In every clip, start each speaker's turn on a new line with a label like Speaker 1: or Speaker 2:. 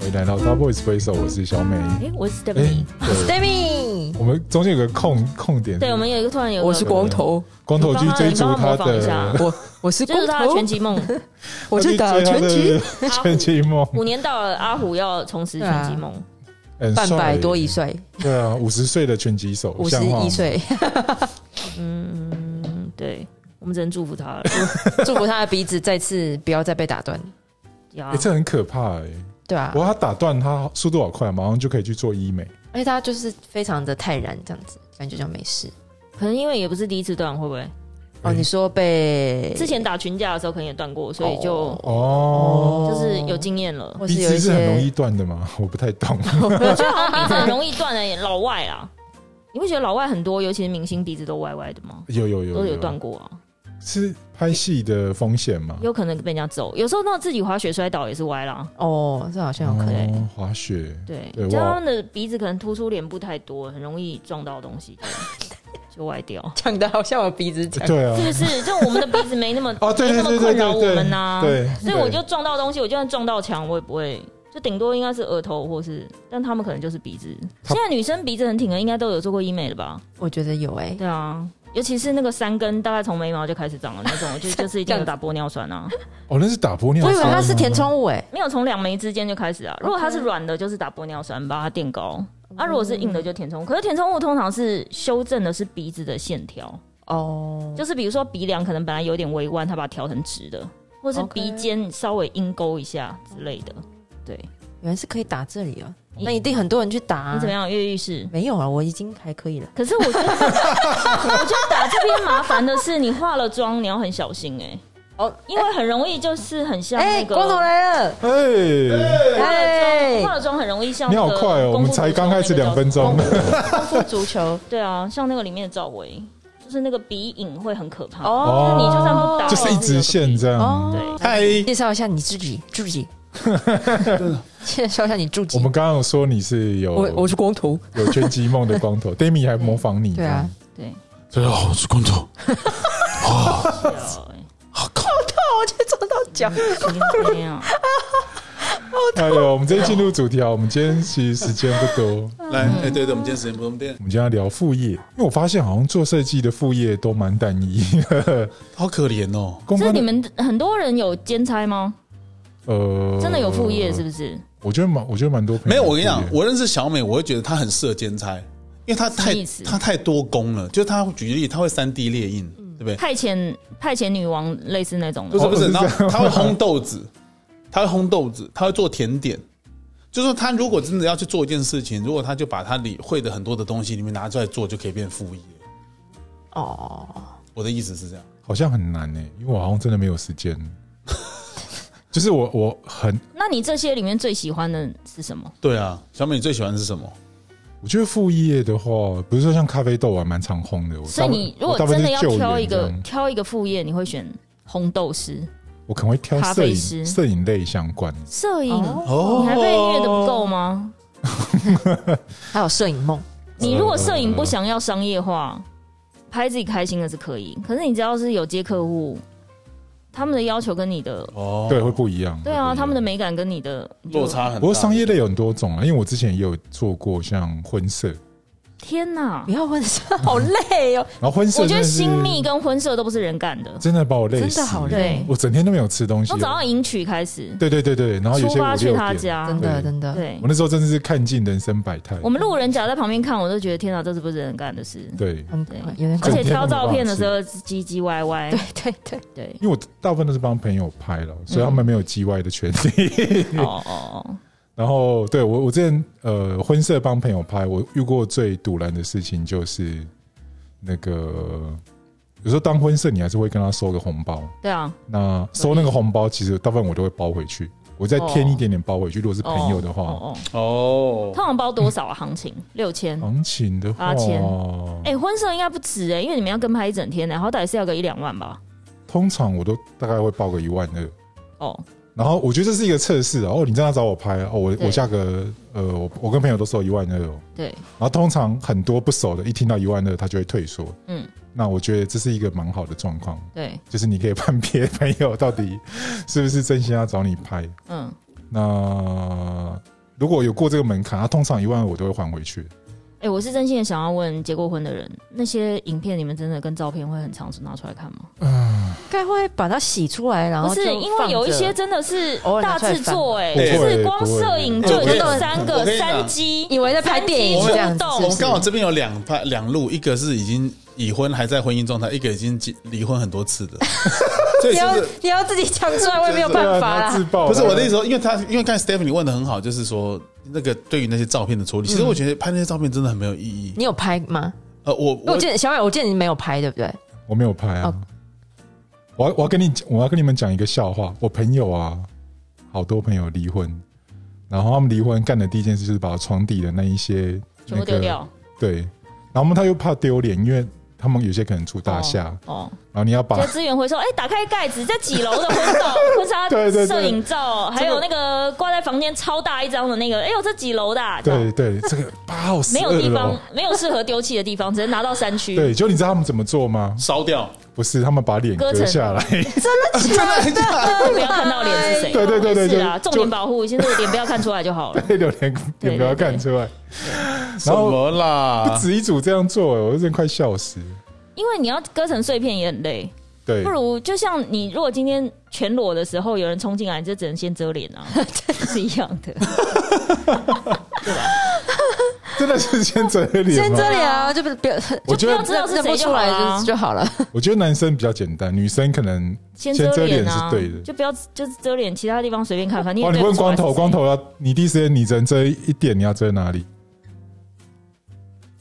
Speaker 1: 回来到 Double Espresso，我是小美。
Speaker 2: 哎，我是
Speaker 1: 哎、
Speaker 2: Stephanie，Stephanie，、
Speaker 1: 对，我们中间有个空空点，
Speaker 2: 对，我们有一个突然有个
Speaker 3: 我是光头，
Speaker 1: 光头去追逐他
Speaker 2: 你帮他模仿一下
Speaker 1: 的，
Speaker 3: 我我是
Speaker 2: 就
Speaker 3: 光
Speaker 2: 是他的
Speaker 3: 头
Speaker 2: 拳，击梦，
Speaker 3: 我去打拳击，
Speaker 1: 击，拳击梦，
Speaker 2: 五年到了，阿虎要重拾拳击梦，
Speaker 1: 很
Speaker 3: 半
Speaker 1: 帅
Speaker 3: 百多一岁，
Speaker 1: 对啊，五十岁的拳击手，
Speaker 3: 五十
Speaker 1: 像话吗
Speaker 3: 一，岁，
Speaker 2: 嗯，对，我们只能祝福他了。
Speaker 3: 祝福他的鼻子再次不要再被打断，
Speaker 2: 呀啊
Speaker 1: 哎、这很可怕哎、
Speaker 3: 对啊
Speaker 1: 不，过他打断他速度好快，马上就可以去做医美。
Speaker 3: 而且他就是非常的泰然，这样子感觉就没事。
Speaker 2: 可能因为也不是第一次断，会不会？
Speaker 1: 哎
Speaker 3: 哦，你说被
Speaker 2: 之前打群架的时候可能也断过，所以就
Speaker 1: 哦，
Speaker 2: 就是有经验了。
Speaker 3: 或
Speaker 1: 鼻
Speaker 3: 是有
Speaker 1: 子
Speaker 3: 一
Speaker 1: 是很容易
Speaker 3: 些
Speaker 1: 断的吗？ 我不太懂。
Speaker 2: 我觉得好像鼻子很容易断的、老外啊，你不觉得老外很多，尤其是明星鼻子都歪歪的吗？
Speaker 1: 有有有
Speaker 2: 都有断过啊，
Speaker 1: 是拍戏的风险吗？
Speaker 2: 有可能被人家揍。有时候那自己滑雪摔倒也是歪啦，
Speaker 3: 哦，这好像有可能。
Speaker 1: 哦，滑雪，
Speaker 2: 对，
Speaker 1: 对
Speaker 2: 加上
Speaker 1: 哇
Speaker 2: 他们的鼻子可能突出脸部太多，很容易撞到东 西，就歪掉。
Speaker 3: 讲的好像我鼻子讲，
Speaker 1: 对啊，
Speaker 2: 是不是？就我们的鼻子没那么
Speaker 1: 哦，对对
Speaker 2: 没那么
Speaker 1: 对对
Speaker 2: 困扰
Speaker 1: 对
Speaker 2: 我
Speaker 1: 对，
Speaker 2: 们呐、
Speaker 1: 对，
Speaker 2: 所以我
Speaker 1: 对
Speaker 2: 就撞到东西，我就算撞到墙，我也不会，就顶多应该是额头或是，但他们可能就是鼻子。
Speaker 1: 他
Speaker 2: 现在女生鼻子很挺的，应该都有做过医美了吧？
Speaker 3: 我觉得有哎、
Speaker 2: 对啊，尤其是那个三根，大概从眉毛就开始长了那种，我就就是一定有打玻尿酸啊，
Speaker 1: 哦，那是打玻尿
Speaker 3: 我
Speaker 1: 酸
Speaker 3: 以
Speaker 1: 吗，
Speaker 3: 为他是填充物哎、
Speaker 2: 没有从两眉之间就开始啊。如果它是软的，就是打玻尿酸把它垫高。
Speaker 3: 嗯
Speaker 2: 啊，如果是硬的就填充物，可是填充物通常是修正的是鼻子的线条，
Speaker 3: 哦，
Speaker 2: 就是比如说鼻梁可能本来有点微弯，它把它调成直的，或是
Speaker 3: OK
Speaker 2: 鼻尖稍微鹰勾一下之类的。对
Speaker 3: 原来是可以打这里啊，
Speaker 2: 你
Speaker 3: 那一定很多人去打、啊。
Speaker 2: 你怎么样，越狱是？
Speaker 3: 没有啊，我已经还可以了。
Speaker 2: 可是我觉得，我觉得打这边麻烦的是，你化了妆你要很小心哎、
Speaker 3: 哦，
Speaker 2: 因为很容易就是很像
Speaker 3: 哎、
Speaker 2: 那个、
Speaker 3: 光头来了，
Speaker 1: 哎，
Speaker 3: 哎、
Speaker 2: 化了妆很容易像
Speaker 1: 你
Speaker 2: 那
Speaker 1: 好
Speaker 2: 个
Speaker 1: 快哦，我们
Speaker 2: 功夫
Speaker 1: 才
Speaker 2: 足球
Speaker 1: 刚开始
Speaker 2: 那个
Speaker 1: 两
Speaker 2: 叫
Speaker 1: 分
Speaker 2: 什么
Speaker 1: 钟，
Speaker 3: 功夫足球，
Speaker 2: 对啊，像那个里面的赵薇，就是那个鼻影会很可怕。哦，
Speaker 3: 哦，
Speaker 2: 你就算不 打，
Speaker 1: 就是一直线这样。
Speaker 2: 对
Speaker 1: 嗨，
Speaker 3: 介绍一下你自己，自己，介绍一下你自己
Speaker 1: 我。们刚刚有说你是有
Speaker 3: 是光头，
Speaker 1: 有拳击梦的光头，Demi 还模仿你，
Speaker 3: 对啊，
Speaker 2: 对，
Speaker 4: 大家好，我是光头。
Speaker 2: 对啊
Speaker 4: 好靠，
Speaker 3: 啊我去撞到脚，
Speaker 2: 哎 天啊，
Speaker 1: 这样。哎呦，我们直接进入主题啊，我们今天其实时间不多，
Speaker 4: 来，哎、对对，我们今天时间不充电
Speaker 1: 我，们今天要聊副业，因为我发现好像做设计的副业都蛮单一。
Speaker 4: 好可怜哦。
Speaker 1: 公
Speaker 2: 所以
Speaker 1: 关
Speaker 2: 你
Speaker 1: 的
Speaker 2: 们很多人有兼差吗？
Speaker 1: 呃，
Speaker 2: 真的有副业是？不是？
Speaker 1: 我觉得蛮，我觉得蛮多朋友
Speaker 4: 没有，我跟你
Speaker 1: 有
Speaker 4: 讲
Speaker 1: 副，业
Speaker 4: 我认识小美，我会觉得她很适合兼差，因为她
Speaker 2: 什么
Speaker 4: 太
Speaker 2: 意思
Speaker 4: 她太多工了。就是她举例，她会三 D 列印，对不对？
Speaker 2: 派遣派遣女王类似那种的
Speaker 4: 不是不
Speaker 1: 哦
Speaker 4: 是，
Speaker 1: 呃是
Speaker 4: 然
Speaker 1: 这
Speaker 4: 后她会烘豆子，她会烘豆子，她会做甜点。就是说她如果真的要去做一件事情，如果她就把她理会的很多的东西里面拿出来做，就可以变副业。
Speaker 3: 哦，
Speaker 4: 我的意思是这样，
Speaker 1: 好像很难呢、因为我好像真的没有时间。 就是我我很，
Speaker 2: 那你这些里面最喜欢的是什么？
Speaker 4: 对啊。小美，你最喜欢的是什么？
Speaker 1: 我觉得副业的话，比如说像咖啡豆，我还啊蛮常烘的。我
Speaker 2: 所以你如
Speaker 1: 大部
Speaker 2: 果
Speaker 1: 我大部
Speaker 2: 真
Speaker 1: 分
Speaker 2: 的
Speaker 1: 是
Speaker 2: 要
Speaker 1: 救
Speaker 2: 挑
Speaker 1: 援
Speaker 2: 一
Speaker 1: 这
Speaker 2: 个
Speaker 1: 样
Speaker 2: 挑一个副业，你会选烘豆师、
Speaker 1: 我可能会挑
Speaker 2: 咖
Speaker 1: 摄
Speaker 2: 啡
Speaker 1: 影
Speaker 2: 师
Speaker 1: 摄影类相关的。
Speaker 2: 摄
Speaker 3: 嗯
Speaker 2: 影？
Speaker 4: 哦
Speaker 2: 你还被虐的不够吗？
Speaker 3: 还有摄影梦，
Speaker 2: 你如
Speaker 1: 嗯
Speaker 2: 果摄影不想要商业化，拍自己开心的是可以，可是你只要是有接客户，他们的要求跟你的，
Speaker 4: 哦，
Speaker 1: 对，会不一样。会
Speaker 2: 对
Speaker 1: 不一
Speaker 2: 啊，
Speaker 1: 样
Speaker 2: 他们的美感跟你的
Speaker 4: 落。差很大。
Speaker 1: 不过商业类有很多种啊，因为我之前也有做过像婚摄，
Speaker 2: 天哪
Speaker 3: 不！要问，好累哦，
Speaker 1: 然后婚摄
Speaker 2: 我觉
Speaker 1: 真的
Speaker 2: 得
Speaker 1: 是
Speaker 2: 新密跟婚摄都不是人干的，
Speaker 1: 真的把我累死，
Speaker 3: 真的好
Speaker 2: 对
Speaker 3: 累，
Speaker 1: 我整天都没有吃东西
Speaker 2: 从。早上迎娶开始，
Speaker 1: 对对对对，然后有
Speaker 2: 出
Speaker 1: 些五
Speaker 2: 发去
Speaker 1: 六
Speaker 2: 他
Speaker 1: 点，
Speaker 2: 家，
Speaker 3: 真的真的，
Speaker 2: 对
Speaker 1: 我。那时候真的是看尽人生百态。
Speaker 2: 我们路人甲在旁边看，我都觉得天哪，这是不是人干的事？
Speaker 1: 对，
Speaker 3: 很
Speaker 2: 对
Speaker 3: 有点
Speaker 2: 而
Speaker 3: 恐
Speaker 2: 且
Speaker 1: 整天
Speaker 2: 挑
Speaker 1: 都没
Speaker 2: 照片的时
Speaker 1: 办
Speaker 2: 候唧唧歪歪
Speaker 3: 对，对对，
Speaker 2: 对，
Speaker 1: 因为我大部分都是帮朋友拍了，所以
Speaker 2: 嗯
Speaker 1: 他们没有 G Y 的权利。
Speaker 2: 哦哦哦，
Speaker 1: 然后对我，我之前呃婚摄帮朋友拍，我遇过最堵然的事情就是那个，有时候当婚摄你还是会跟他收个红包，
Speaker 2: 对啊，
Speaker 1: 那收那个红包其实大部分我都会包回去，我再添
Speaker 2: 哦
Speaker 1: 一点点包回去。如果是朋友的话，
Speaker 2: 哦哦，
Speaker 4: 哦
Speaker 2: 通，常包多少啊？行情六千。
Speaker 1: 行情的话
Speaker 2: 八，千哎，婚摄应该不止哎，因为你们要跟拍一整天欸呢，好歹是要个一两万吧？
Speaker 1: 通常我都大概会报个一万二。
Speaker 2: 哦，
Speaker 1: 然后我觉得这是一个测试啊，哦，你这样找我拍啊，哦，我
Speaker 2: 对
Speaker 1: 我下个呃，我我跟朋友都收一万二、哦，
Speaker 2: 对，
Speaker 1: 然后通常很多不熟的，一听到一万二，他就会退缩。
Speaker 2: 嗯，
Speaker 1: 那我觉得这是一个蛮好的状况，
Speaker 2: 对，
Speaker 1: 就是你可以判别 朋友到底是不是真心要找你拍。
Speaker 2: 嗯，
Speaker 1: 那如果有过这个门槛，他通常一万二我都会还回去。
Speaker 2: 哎、我是真心的想要问结过婚的人，那些影片你们真的跟照片会很常拿出来看吗？
Speaker 3: 该会把它洗出来，然后
Speaker 2: 不是，
Speaker 3: 就
Speaker 2: 因
Speaker 3: 放
Speaker 2: 为
Speaker 3: 着
Speaker 2: 有一些真的是
Speaker 3: 偶尔
Speaker 2: 大
Speaker 3: 拿出来
Speaker 2: 制作、哎，
Speaker 1: 不会
Speaker 2: 就是光
Speaker 1: 不会
Speaker 2: 摄影
Speaker 4: 不
Speaker 2: 就
Speaker 4: 会
Speaker 2: 已经三
Speaker 4: 我
Speaker 2: 个
Speaker 4: 跟你讲
Speaker 2: 三机，
Speaker 3: 以为在拍电影
Speaker 2: 三机
Speaker 3: 这样子
Speaker 2: 互动
Speaker 3: 是
Speaker 4: 我
Speaker 3: 不
Speaker 4: 们
Speaker 3: 是
Speaker 4: 刚好这边有两派两路，一个是已经已婚还在婚姻状态，一个已经结离婚很多次 的，所
Speaker 3: 你
Speaker 4: 以就
Speaker 3: 要
Speaker 4: 是
Speaker 3: 你要自己讲出来，我也没有
Speaker 1: 对啊，
Speaker 3: 办法
Speaker 1: 然后自
Speaker 3: 啦。
Speaker 1: 爆
Speaker 4: 不是我的意思
Speaker 1: 思。
Speaker 4: 说，因为他因为刚才 Stephanie 问的很好，就是说那个对于那些照片的处理，其实我觉得拍那些照片真的很没有意义。
Speaker 3: 你有拍吗？
Speaker 4: 呃，
Speaker 3: 因
Speaker 4: 我
Speaker 3: 为
Speaker 4: 嗯我
Speaker 3: 我记得小美，我记得你没有拍，对不对？
Speaker 1: 我没有拍啊
Speaker 3: 哦。
Speaker 2: 哦
Speaker 1: 我要我要跟你讲我要跟你们讲一个笑话。我朋友啊，好多朋友离婚，然后他们离婚干的第一件事就是把床底的那一些
Speaker 2: 全部
Speaker 1: 那
Speaker 2: 丢
Speaker 1: 个
Speaker 2: 掉
Speaker 1: 对，然后他又怕丢脸，因为他们有些可能住大厦，
Speaker 2: 哦。
Speaker 1: 然后你要把
Speaker 2: 在资源回收，哎、打开盖子，在几楼的婚照、婚纱
Speaker 1: 对对对
Speaker 2: 摄影照，还有那个挂在房间超大一张的那个，哎、呦，这几楼的、啊？这样
Speaker 1: 对对这个八号十
Speaker 2: 没有
Speaker 1: 二
Speaker 2: 地方
Speaker 1: 楼，，
Speaker 2: 没有适合丢弃的地方，只能拿到山区。
Speaker 1: 哦对，就你知道他们怎么做吗？
Speaker 4: 烧掉，
Speaker 1: 不是，他们把脸
Speaker 2: 割
Speaker 1: 割
Speaker 2: 成
Speaker 1: 下来，
Speaker 4: 真的假 的？
Speaker 2: 不要看到脸是谁。
Speaker 1: 对对对对
Speaker 2: 是啊，
Speaker 1: 就
Speaker 2: 重点保护，现在脸不要看出来就好了。
Speaker 1: 留脸脸不要看出来。
Speaker 4: 什
Speaker 1: 然后
Speaker 4: 么啊啦？
Speaker 1: 只一组这样做，我真的快笑死。
Speaker 2: 因为你要割成碎片也很累，
Speaker 1: 对
Speaker 2: 不，如就像你如果今天全裸的时候有人冲进来，你就只能先遮脸 啊，是一样的。
Speaker 1: 真的是先遮脸
Speaker 3: 先
Speaker 1: 吗
Speaker 3: 遮？脸啊，就不不要，
Speaker 1: 我觉
Speaker 2: 就不
Speaker 1: 得
Speaker 2: 知道是
Speaker 3: 认
Speaker 2: 谁
Speaker 3: 不
Speaker 2: 就
Speaker 3: 出
Speaker 2: 好
Speaker 3: 来
Speaker 2: 啦
Speaker 3: 就就好了。
Speaker 1: 我觉得男生比较简单，女生可能
Speaker 2: 先
Speaker 1: 先遮
Speaker 2: 脸
Speaker 1: 脸
Speaker 2: 啊，
Speaker 1: 是对的。
Speaker 2: 就不要就是遮脸，其他地方随便看，反正
Speaker 1: 哦，
Speaker 2: 也
Speaker 1: 你
Speaker 2: 对不
Speaker 1: 问
Speaker 2: 出来
Speaker 1: 光
Speaker 2: 是
Speaker 1: 头，
Speaker 2: 谁
Speaker 1: 光头要你第一时间你只能遮一点，你要遮哪里？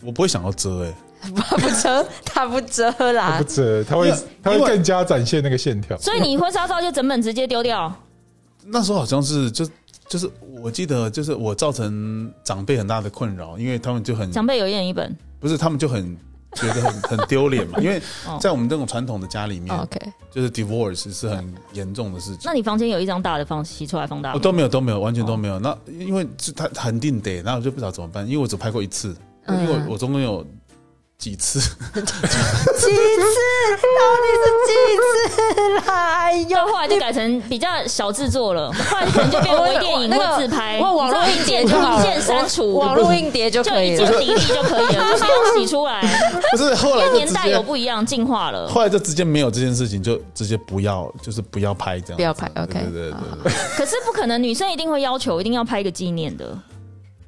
Speaker 4: 我不会想要遮哎、
Speaker 3: 他不遮，他不遮
Speaker 1: 他
Speaker 3: 啦
Speaker 2: 啊
Speaker 1: 不。遮，他会
Speaker 4: 因为
Speaker 1: 他会
Speaker 4: 因为
Speaker 1: 更加展现那个线条。
Speaker 2: 所以你婚纱照就整本直接丢掉，
Speaker 1: 嗯
Speaker 4: 那时候好像是就就是我记得就是我造成长辈很大的困扰，因为他们就很
Speaker 2: 长辈有一人一本，
Speaker 4: 不是他们就很觉得很很丢脸 嘛，因为
Speaker 2: 哦
Speaker 4: 在我们这种传统的家里面，
Speaker 3: 哦 OK，
Speaker 4: 就是 divorce 是很严重的事情
Speaker 2: 那。你房间有一张大的放洗出来放大
Speaker 4: 我
Speaker 2: 吗，
Speaker 4: 都没有，都没有，完全都没
Speaker 3: 哦
Speaker 4: 有。那因为是他很定得，然后我就不知道怎么办，因为我只拍过一次，
Speaker 3: 嗯
Speaker 4: 因为我我总共有几 次，
Speaker 3: 几次？到底是几次啦？哎呦
Speaker 2: 就，后来就改成比较小制作 了，后来可能就变为电影
Speaker 3: 那个
Speaker 2: 或自拍，
Speaker 3: 我网络
Speaker 2: 你
Speaker 3: 硬
Speaker 2: 知道一键
Speaker 3: 碟就好
Speaker 2: 一
Speaker 3: 了
Speaker 2: 键删除，
Speaker 3: 网络硬碟就
Speaker 2: 就
Speaker 3: 可以
Speaker 2: 一键
Speaker 3: 了。
Speaker 2: 比例就可以 了，就不用洗出来。
Speaker 4: 不是后来就
Speaker 2: 年
Speaker 4: 直
Speaker 2: 代有
Speaker 4: 接，
Speaker 2: 不一样，进化 了。
Speaker 4: 后来就直接没有这件事情，就直接不要，就是不要拍这样子，
Speaker 3: 不要拍，OK
Speaker 4: 对对对对
Speaker 3: 好
Speaker 4: 对
Speaker 2: 可是不可能，女生一定会要求一定要拍一个纪念的。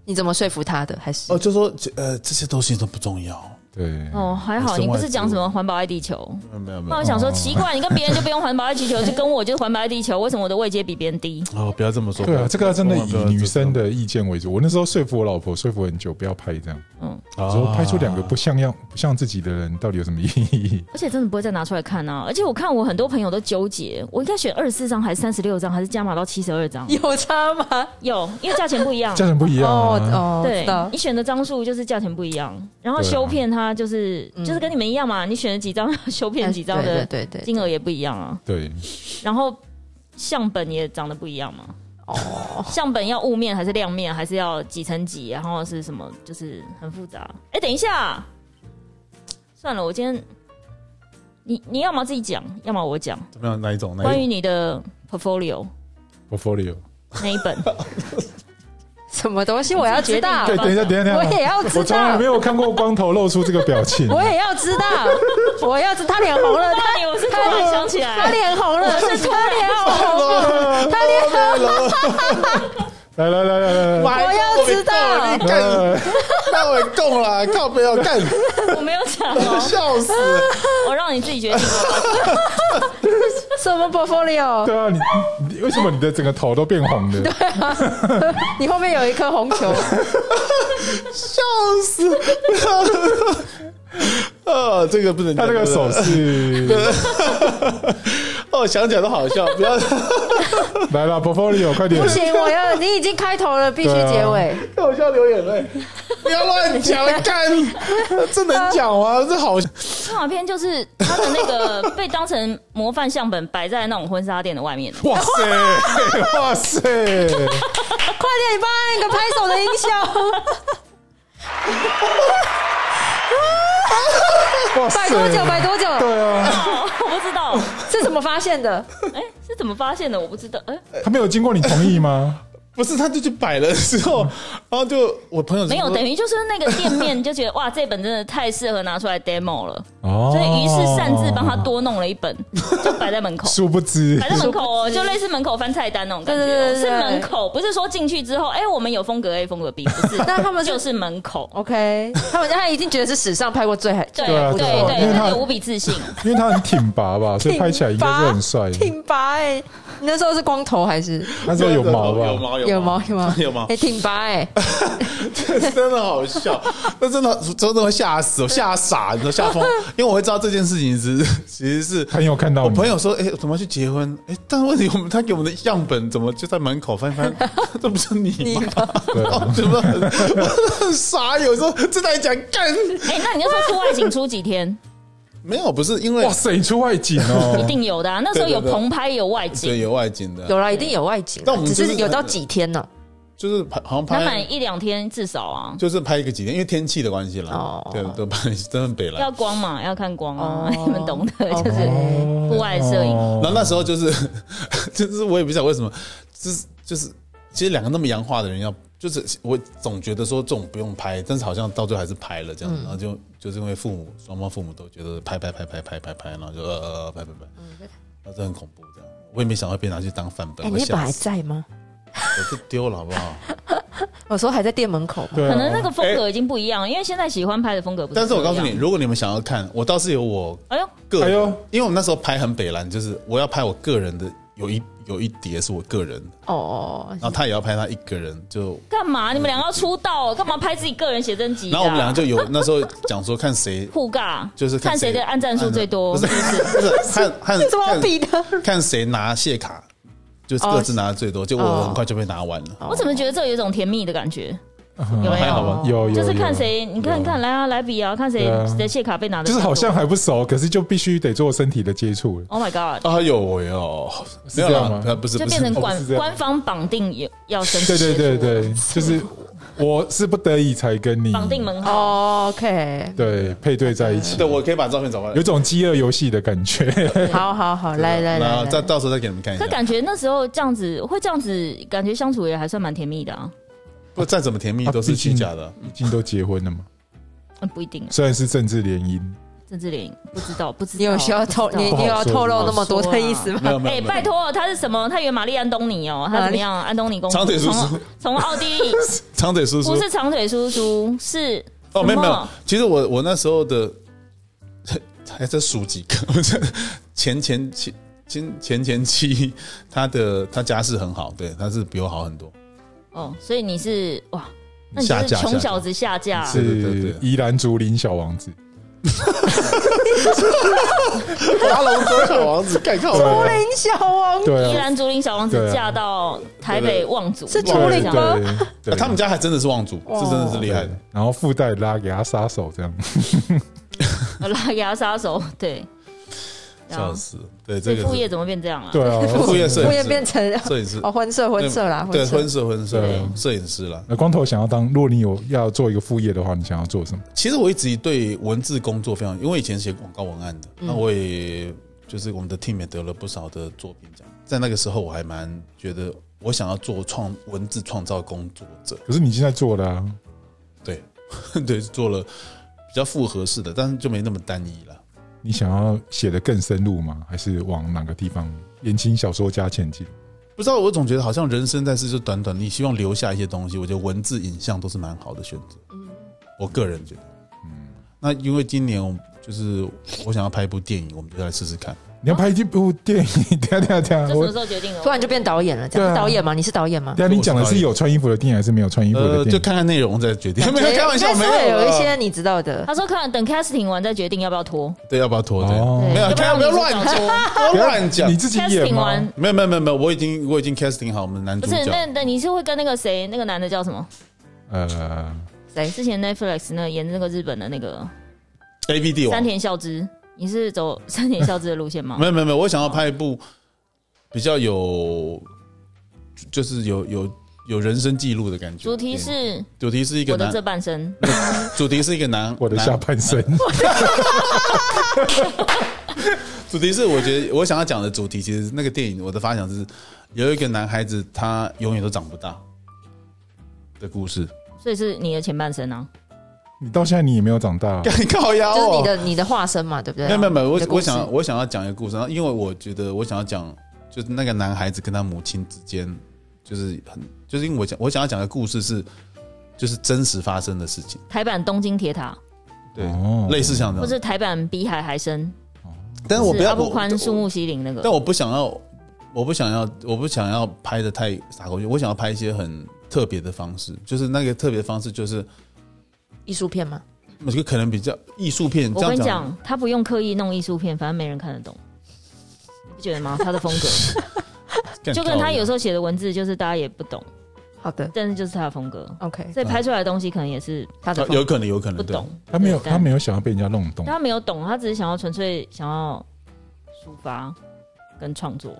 Speaker 3: 你怎么说服他的？还是
Speaker 4: 哦，就说呃这些东西都不重要，
Speaker 1: 对，
Speaker 3: 嗯
Speaker 2: 哦，还好
Speaker 4: 生
Speaker 2: 你不
Speaker 4: 外
Speaker 2: 是
Speaker 4: 之
Speaker 2: 讲什
Speaker 4: 物
Speaker 2: 么环保爱地球。
Speaker 4: 没有没有没
Speaker 2: 那我
Speaker 4: 有，
Speaker 2: 想说，
Speaker 1: 哦
Speaker 2: 奇怪，你跟别人就不用环保爱地球，就跟我就是环保爱地球，为什么我的位阶比别人 低？
Speaker 4: 哦不要这么说，
Speaker 1: 对啊，这个真的以
Speaker 4: 哦不要
Speaker 1: 女生的意见为主。我那时候说服我老婆，说服很久，不要拍这样。
Speaker 2: 嗯，
Speaker 1: 我
Speaker 4: 啊
Speaker 1: 说拍出两个不像样、不像自己的人，到底有什么意义？
Speaker 2: 而且真的不会再拿出来看啊！而且我看我很多朋友都纠结，我应该选二十四张还是三十六张，还是加码到七十二张？
Speaker 3: 有差吗？
Speaker 2: 有，因为价钱不 一样
Speaker 1: 家。人不一样
Speaker 3: 哦
Speaker 1: 啊。
Speaker 3: 哦，
Speaker 2: 对
Speaker 3: 知道
Speaker 2: 你选的张数就是价钱不一样，然后
Speaker 1: 对啊
Speaker 2: 修片它就是、
Speaker 3: 嗯
Speaker 2: 就是跟你们一样嘛，你选了几张 修片几张的
Speaker 3: 哎对对对，
Speaker 2: 金额也不一样啊，
Speaker 1: 对，
Speaker 2: 然后相本也长得不一样嘛。
Speaker 3: 哦，
Speaker 2: 相本要雾面还是亮面，还是要几层几，然后是什么，就是很复杂。哎、等一下，算了，我今天你你要么自己讲，要么我讲
Speaker 4: 怎么样哪一种哪
Speaker 2: 关
Speaker 4: 一
Speaker 2: 于你的 portfolio
Speaker 1: portfolio。
Speaker 2: 那一本，
Speaker 3: 什么东西我要知道
Speaker 2: 好吧
Speaker 1: 对，？等一下，等一下，
Speaker 3: 我
Speaker 1: 等一下
Speaker 3: 也，要
Speaker 1: 我
Speaker 3: 知
Speaker 1: 从来
Speaker 3: 道
Speaker 1: 没，有看过光头露出这个表情。
Speaker 3: 我也要知道，我要知他脸 红了，
Speaker 2: 那你我是突然想起
Speaker 3: 他
Speaker 2: 来，
Speaker 3: 脸红了，他脸红了，他脸红了，
Speaker 1: 来来来来来来，
Speaker 3: 我要知道
Speaker 4: 你干，那我够了，靠不 要干，
Speaker 2: 我没有讲哦，
Speaker 4: 笑死。
Speaker 2: 我让你自己决定。
Speaker 3: 什么 portfolio？
Speaker 1: 对啊，你你为什么你的整个头都变红的？
Speaker 3: 你后面有一颗红球，
Speaker 4: 笑死！ 呃、这个不能
Speaker 1: 他
Speaker 4: 讲，
Speaker 1: 那个手势，
Speaker 4: 哦，想起来都好笑，不要。
Speaker 1: 来了，portfolio，快点
Speaker 3: 不！行，我要你已经开头了，必须结尾。
Speaker 4: 我笑流眼泪，不要乱讲，干，这能讲吗？这好，
Speaker 2: 动画片就是他的那个被当成模范相本摆在那种婚纱店的外面，
Speaker 1: 哇塞，哇塞，
Speaker 3: 快点，你帮他按一个拍手的音效。
Speaker 1: 哇
Speaker 3: 摆
Speaker 1: 塞，
Speaker 3: 多久？摆多久？
Speaker 1: 对啊，
Speaker 2: 哦我不知道，
Speaker 3: 是怎么发现的？
Speaker 2: 哎、是怎么发现的？我不知道，哎、
Speaker 1: 他没有经过你同意吗？
Speaker 4: 不是，他就去摆了之后，然后就我朋友就
Speaker 2: 没有，
Speaker 4: 说
Speaker 2: 等于就是那个店面就觉得哇，这本真的太适合拿出来 demo 了，
Speaker 1: 哦，
Speaker 2: 所以于是擅自帮他多弄了一本，就摆在门口。
Speaker 1: 殊不知
Speaker 2: 摆在门口哦，就类似门口翻菜单那种感觉哦，
Speaker 3: 对对对对
Speaker 2: 是门口，不是说进去之后，哎，我们有风格 A、风格 B，不是，
Speaker 3: 那他们是
Speaker 2: 就是门口，
Speaker 3: OK，他们他一定觉得是史上拍过最
Speaker 2: 对
Speaker 1: 对啊
Speaker 2: 对
Speaker 1: 对啊因为
Speaker 2: 对，
Speaker 1: 他
Speaker 2: 他有无比自信，
Speaker 1: 因为他很挺拔 吧，所以拍起来应该是很帅的。
Speaker 3: 挺拔哎、你那时候是光头还是
Speaker 1: 那时候有毛吧？
Speaker 4: 有毛
Speaker 3: 有毛
Speaker 4: 毛
Speaker 3: 有毛
Speaker 4: 有毛
Speaker 3: 哎、，挺拔哎、
Speaker 4: 真的好笑，那真的真的会吓死我，吓傻，你知道吓疯，因为我会知道这件事情是其实是
Speaker 1: 朋友看到
Speaker 4: 我
Speaker 1: 你
Speaker 4: 朋友说，哎、怎么去结婚？哎、但问题我们他给我们的样本怎么就在门口翻翻？这不是你 吗？
Speaker 1: 对
Speaker 4: 然后怎么很很傻？有时候正在讲干，
Speaker 2: 哎，那你就说出外景出几天，
Speaker 4: 没有，不是因为
Speaker 1: 哇塞，你出外景 哦，
Speaker 2: 一定有的啊，那时候有
Speaker 4: 对对对
Speaker 2: 棚拍，有外
Speaker 4: 对
Speaker 2: 景，
Speaker 4: 有外景的，
Speaker 3: 有啦，一定有外景啊，
Speaker 4: 但我们
Speaker 3: 只
Speaker 4: 就是是
Speaker 3: 有到几天呢、
Speaker 4: 就是拍好像
Speaker 2: 满满
Speaker 4: 拍
Speaker 2: 一两天至少啊，
Speaker 4: 就是拍一个几天，因为天气的关系啦。
Speaker 3: 哦
Speaker 4: 对，都拍真的北
Speaker 2: 要
Speaker 4: 了。
Speaker 2: 光嘛，要看光啊，
Speaker 3: 哦
Speaker 2: 你们懂的，
Speaker 3: 哦
Speaker 2: 就是
Speaker 1: 哦
Speaker 2: 户外摄影。
Speaker 4: 然后那时候就是 就是我也不知道为什么，就是就是其实两个那么洋化的人要。就是我总觉得说这种不用拍，但是好像到最后还是拍了这样，然后就就是因为父母双方父母都觉得拍拍拍拍拍拍拍，然后就呃呃呃拍拍拍，那这很恐怖这样。我也没想到被拿去当范
Speaker 3: 哎、
Speaker 4: 本，我
Speaker 3: 你那本
Speaker 4: 吓
Speaker 3: 还
Speaker 4: 死，
Speaker 3: 在吗？
Speaker 4: 我就丢了好不好？
Speaker 3: 我说还在店门口吗？
Speaker 1: 对啊，
Speaker 2: 可能那个风格已经不一样，因为现在喜欢拍的风格不
Speaker 4: 哎但是我
Speaker 2: 这样
Speaker 4: 告诉你，，如果你们想要看，我倒是有我
Speaker 2: 哎呦，
Speaker 4: 个人，
Speaker 1: 哎呦
Speaker 4: 因为我们那时候拍很北蓝，就是我要拍我个人的，有一有一叠是我个人的，
Speaker 3: 哦
Speaker 4: 然，后他也要拍他一个人，就
Speaker 2: 干嘛？你们两个要出道，干嘛拍自己个人写真集啊？
Speaker 4: 然后我们两个就有那时候讲说 看谁
Speaker 2: 互尬，
Speaker 4: 就是
Speaker 2: 看谁的按赞数最多
Speaker 4: 不。是 不 是看看
Speaker 3: 这怎么好比的？
Speaker 4: 看谁拿谢卡，就是各
Speaker 2: 哦
Speaker 4: 自拿的最多，结果我很快就被拿完了，
Speaker 2: 我怎么觉得这有一种甜蜜的感觉？
Speaker 1: 嗯
Speaker 2: 有没
Speaker 4: 还好
Speaker 2: 有？
Speaker 4: 吧？
Speaker 1: 有有
Speaker 2: 就是
Speaker 1: 有
Speaker 2: 看谁，你看看来啊，来比啊，看谁
Speaker 1: 对啊
Speaker 2: 谁的谢卡被拿的
Speaker 1: 就
Speaker 2: 最多。
Speaker 1: 是好像还不熟，可是就必须得做身体的接触。
Speaker 2: Oh my God，
Speaker 4: 啊有我有，
Speaker 1: 是
Speaker 4: 没有
Speaker 1: 这样吗
Speaker 4: 啦，呃不是
Speaker 2: 就
Speaker 4: 不
Speaker 2: 变成
Speaker 4: 是，
Speaker 1: 哦不
Speaker 2: 官
Speaker 1: 是这样
Speaker 2: 官方绑定有要生
Speaker 1: 对
Speaker 2: 气，
Speaker 1: 对对对，就是我是不得已才跟 你
Speaker 2: 绑定门号。
Speaker 3: 哦，OK，
Speaker 1: 对配对在一起
Speaker 4: 对，我可以把照片找回
Speaker 1: 有
Speaker 4: 来，
Speaker 1: 种饥饿游戏的感觉。
Speaker 3: 好好好，来来
Speaker 4: 然
Speaker 3: 来
Speaker 4: 后再
Speaker 3: 来，
Speaker 4: 到时候再给你们看一下
Speaker 2: 可。感觉那时候这样子会这样子，感觉相处也还算蛮甜蜜的啊。
Speaker 4: 不，再怎么甜蜜
Speaker 1: 啊
Speaker 4: 都是虚假的。
Speaker 1: 毕竟都结婚了嘛，
Speaker 2: 嗯，不一定啊，
Speaker 1: 虽然是政治联姻，
Speaker 2: 政治联姻不知 道，不知道。
Speaker 3: 你有需要透
Speaker 2: 不知道
Speaker 3: 你你有要透露那么多的意思吗？
Speaker 4: 没有没有，
Speaker 2: 哎、
Speaker 4: 没有
Speaker 2: 拜，托，他是什么？他原玛丽安东尼哦，他怎么样？安东尼公主
Speaker 4: 长腿叔叔
Speaker 2: 从从奥地利，
Speaker 4: 长腿 叔叔
Speaker 2: 不是长腿叔叔，是
Speaker 4: 哦，没有
Speaker 2: 什么
Speaker 4: 没有，其实我我那时候的 还在数几个， 我这前前前前前前妻，他的他家世很好，对，他是比我好很多，
Speaker 2: 哦，所以你是哇，那你就
Speaker 4: 下
Speaker 2: 是
Speaker 4: 架
Speaker 2: 穷
Speaker 4: 下架
Speaker 2: 小子下架，
Speaker 4: 是对对
Speaker 1: 是
Speaker 4: 对
Speaker 1: 宜兰竹林小王子。
Speaker 4: 华龙哥小王子，盖看
Speaker 1: 对
Speaker 3: 竹
Speaker 1: 啊
Speaker 3: 林小王，
Speaker 2: 宜
Speaker 1: 对啊，
Speaker 2: 兰竹林小王
Speaker 1: 对
Speaker 2: 子
Speaker 1: 啊
Speaker 2: 嫁到台北
Speaker 4: 啊
Speaker 2: 望族，
Speaker 3: 是竹
Speaker 2: 望族
Speaker 3: 林
Speaker 2: 这样
Speaker 3: 吗
Speaker 1: 对对对，
Speaker 4: 他们家还真的是望族，
Speaker 3: 哇
Speaker 4: 这真的是厉害
Speaker 1: 对
Speaker 4: 的。，
Speaker 1: 然后哦附带拉给他杀手 这样。
Speaker 2: 拉牙杀手，对，然
Speaker 4: 笑
Speaker 2: 后
Speaker 4: 死！对
Speaker 2: 所
Speaker 4: 这
Speaker 2: 以
Speaker 4: 个
Speaker 2: 副业怎么变这样了、啊？
Speaker 1: 对 啊，
Speaker 4: 副业摄
Speaker 3: 我
Speaker 4: 影
Speaker 3: 也
Speaker 4: 师，
Speaker 3: 变成
Speaker 4: 摄影师，
Speaker 3: 哦婚摄婚摄啦，
Speaker 4: 对
Speaker 3: 摄
Speaker 4: 婚摄婚
Speaker 1: 对
Speaker 4: 摄摄影师啦。
Speaker 1: 那光头想要当，啊如果你有要做一个副业的话，你想要做什么？
Speaker 4: 其实我一直对文字工作非常，因为我以前写广告文案的，那我也就是我们的 team 也得了不少的作品奖。在那个时候，我还蛮觉得我想要做创文字创造工作者，
Speaker 1: 可是你现在做的啊，
Speaker 4: 对， 对，做了比较复合式的，但是就没那么单一了。
Speaker 1: 你想要写的更深入吗？还是往哪个地方言情小说家前进？
Speaker 4: 不知道，我总觉得好像人生在世就短短，你希望留下一些东西，我觉得文字、影像都是蛮好的选择。我个人觉得，
Speaker 1: 嗯
Speaker 4: 那因为今年我就是我想要拍一部电影，我们就来试试看。
Speaker 1: 你要拍一部电影？ 等一下等一下等一
Speaker 2: 这
Speaker 1: 下，
Speaker 2: 什
Speaker 1: 我
Speaker 2: 么时候决定的？
Speaker 3: 突然就变导演了，这
Speaker 1: 对啊
Speaker 3: 样是导演吗？你是导演吗？
Speaker 1: 等一下你讲的是有穿衣服的电影，还是没有穿衣服的
Speaker 4: 呃，
Speaker 1: 电
Speaker 4: 就
Speaker 1: 影？
Speaker 4: 看看内容再决
Speaker 3: 啊
Speaker 4: 定。 没有开玩笑，
Speaker 3: 应
Speaker 4: 没
Speaker 3: 该是会
Speaker 4: 有呃啊
Speaker 3: 有
Speaker 4: 啦
Speaker 3: 一些你知道 的，
Speaker 2: 他说看等 casting 完再决定要不要拖，
Speaker 4: 对，要不要脱？对，
Speaker 1: 哦
Speaker 4: 没有，
Speaker 2: 对
Speaker 4: 开不要乱
Speaker 2: 要不要你自己
Speaker 4: 讲，不要乱讲
Speaker 1: 你。自己演
Speaker 2: casting
Speaker 1: 吗？
Speaker 2: 完
Speaker 4: 没有没有没有没有，我已经我已经 casting 好我们男
Speaker 2: 不
Speaker 4: 主
Speaker 2: 是那
Speaker 4: 角。
Speaker 2: 那你是会跟那个谁那个男的叫什么？
Speaker 1: 呃，
Speaker 3: 谁？
Speaker 2: 之前 Netflix 那演那个日本的那个
Speaker 4: A B D 王
Speaker 2: 山，田孝之，你是走山田孝之的路线吗
Speaker 4: 啊 没？有没有没有，我想要拍一部比较有，就是有有有人生记录的感觉。
Speaker 2: 主题是
Speaker 4: 主题是一个
Speaker 2: 我的
Speaker 4: 男
Speaker 2: 这，半生，
Speaker 4: 主题是一个男，
Speaker 1: 我的
Speaker 4: 男
Speaker 1: 下半身，
Speaker 4: 主题是我觉得我想要讲的主题，其实那个电影我的发想是有一个男孩子他永远都长不大，的 故事。
Speaker 2: 所以是你的前半生啊。
Speaker 1: 你到现在你也没有长大，
Speaker 4: 干靠腰
Speaker 3: 就是
Speaker 4: 哦
Speaker 3: 你，的你的化身嘛，对不对？
Speaker 4: 没
Speaker 2: 啊
Speaker 4: 有没有没有，
Speaker 3: 你的
Speaker 4: 我
Speaker 3: 故
Speaker 4: 我
Speaker 3: 事
Speaker 4: 想我想要讲一个故事，然后因为我觉得我想要讲就是那个男孩子跟他母亲之间，就是很就是因为我讲我想要讲的故事是就是真实发生的事情，
Speaker 2: 台版东京铁塔，
Speaker 4: 对，
Speaker 1: 哦
Speaker 4: 类似像这
Speaker 2: 或
Speaker 4: 样，
Speaker 2: 是台版比海还深，
Speaker 4: 但是嗯我不
Speaker 2: 是
Speaker 4: 要
Speaker 2: 阿布
Speaker 4: 我
Speaker 2: 宽、
Speaker 4: 我
Speaker 2: 树木希林那个
Speaker 4: 但。我不想要，我不想要，我不想要拍的太傻狗血，我想要拍一些很特别的方式，就是那个特别的方式就是
Speaker 3: 艺术片嘛，
Speaker 4: 就可能比较艺术片。
Speaker 2: 我
Speaker 4: 这
Speaker 2: 跟
Speaker 4: 样
Speaker 2: 你讲，他不用刻意弄艺术片，反正没人看得懂，你不觉得吗？他的风 格
Speaker 4: 干
Speaker 2: 就跟他有时
Speaker 4: 靠
Speaker 2: 候写的文字，就是大家也不懂，
Speaker 3: 好的
Speaker 2: 但是就是他的风格，
Speaker 3: ，OK，
Speaker 2: 所以拍出来的东西可能也是
Speaker 3: 他的
Speaker 4: 腰哦有可能有可能
Speaker 2: 不
Speaker 4: 对
Speaker 2: 懂。
Speaker 1: 他没有，
Speaker 2: 对
Speaker 1: 他没有想要被人家弄懂
Speaker 2: 但。他没有懂，他只是想要纯粹想要抒发跟创作，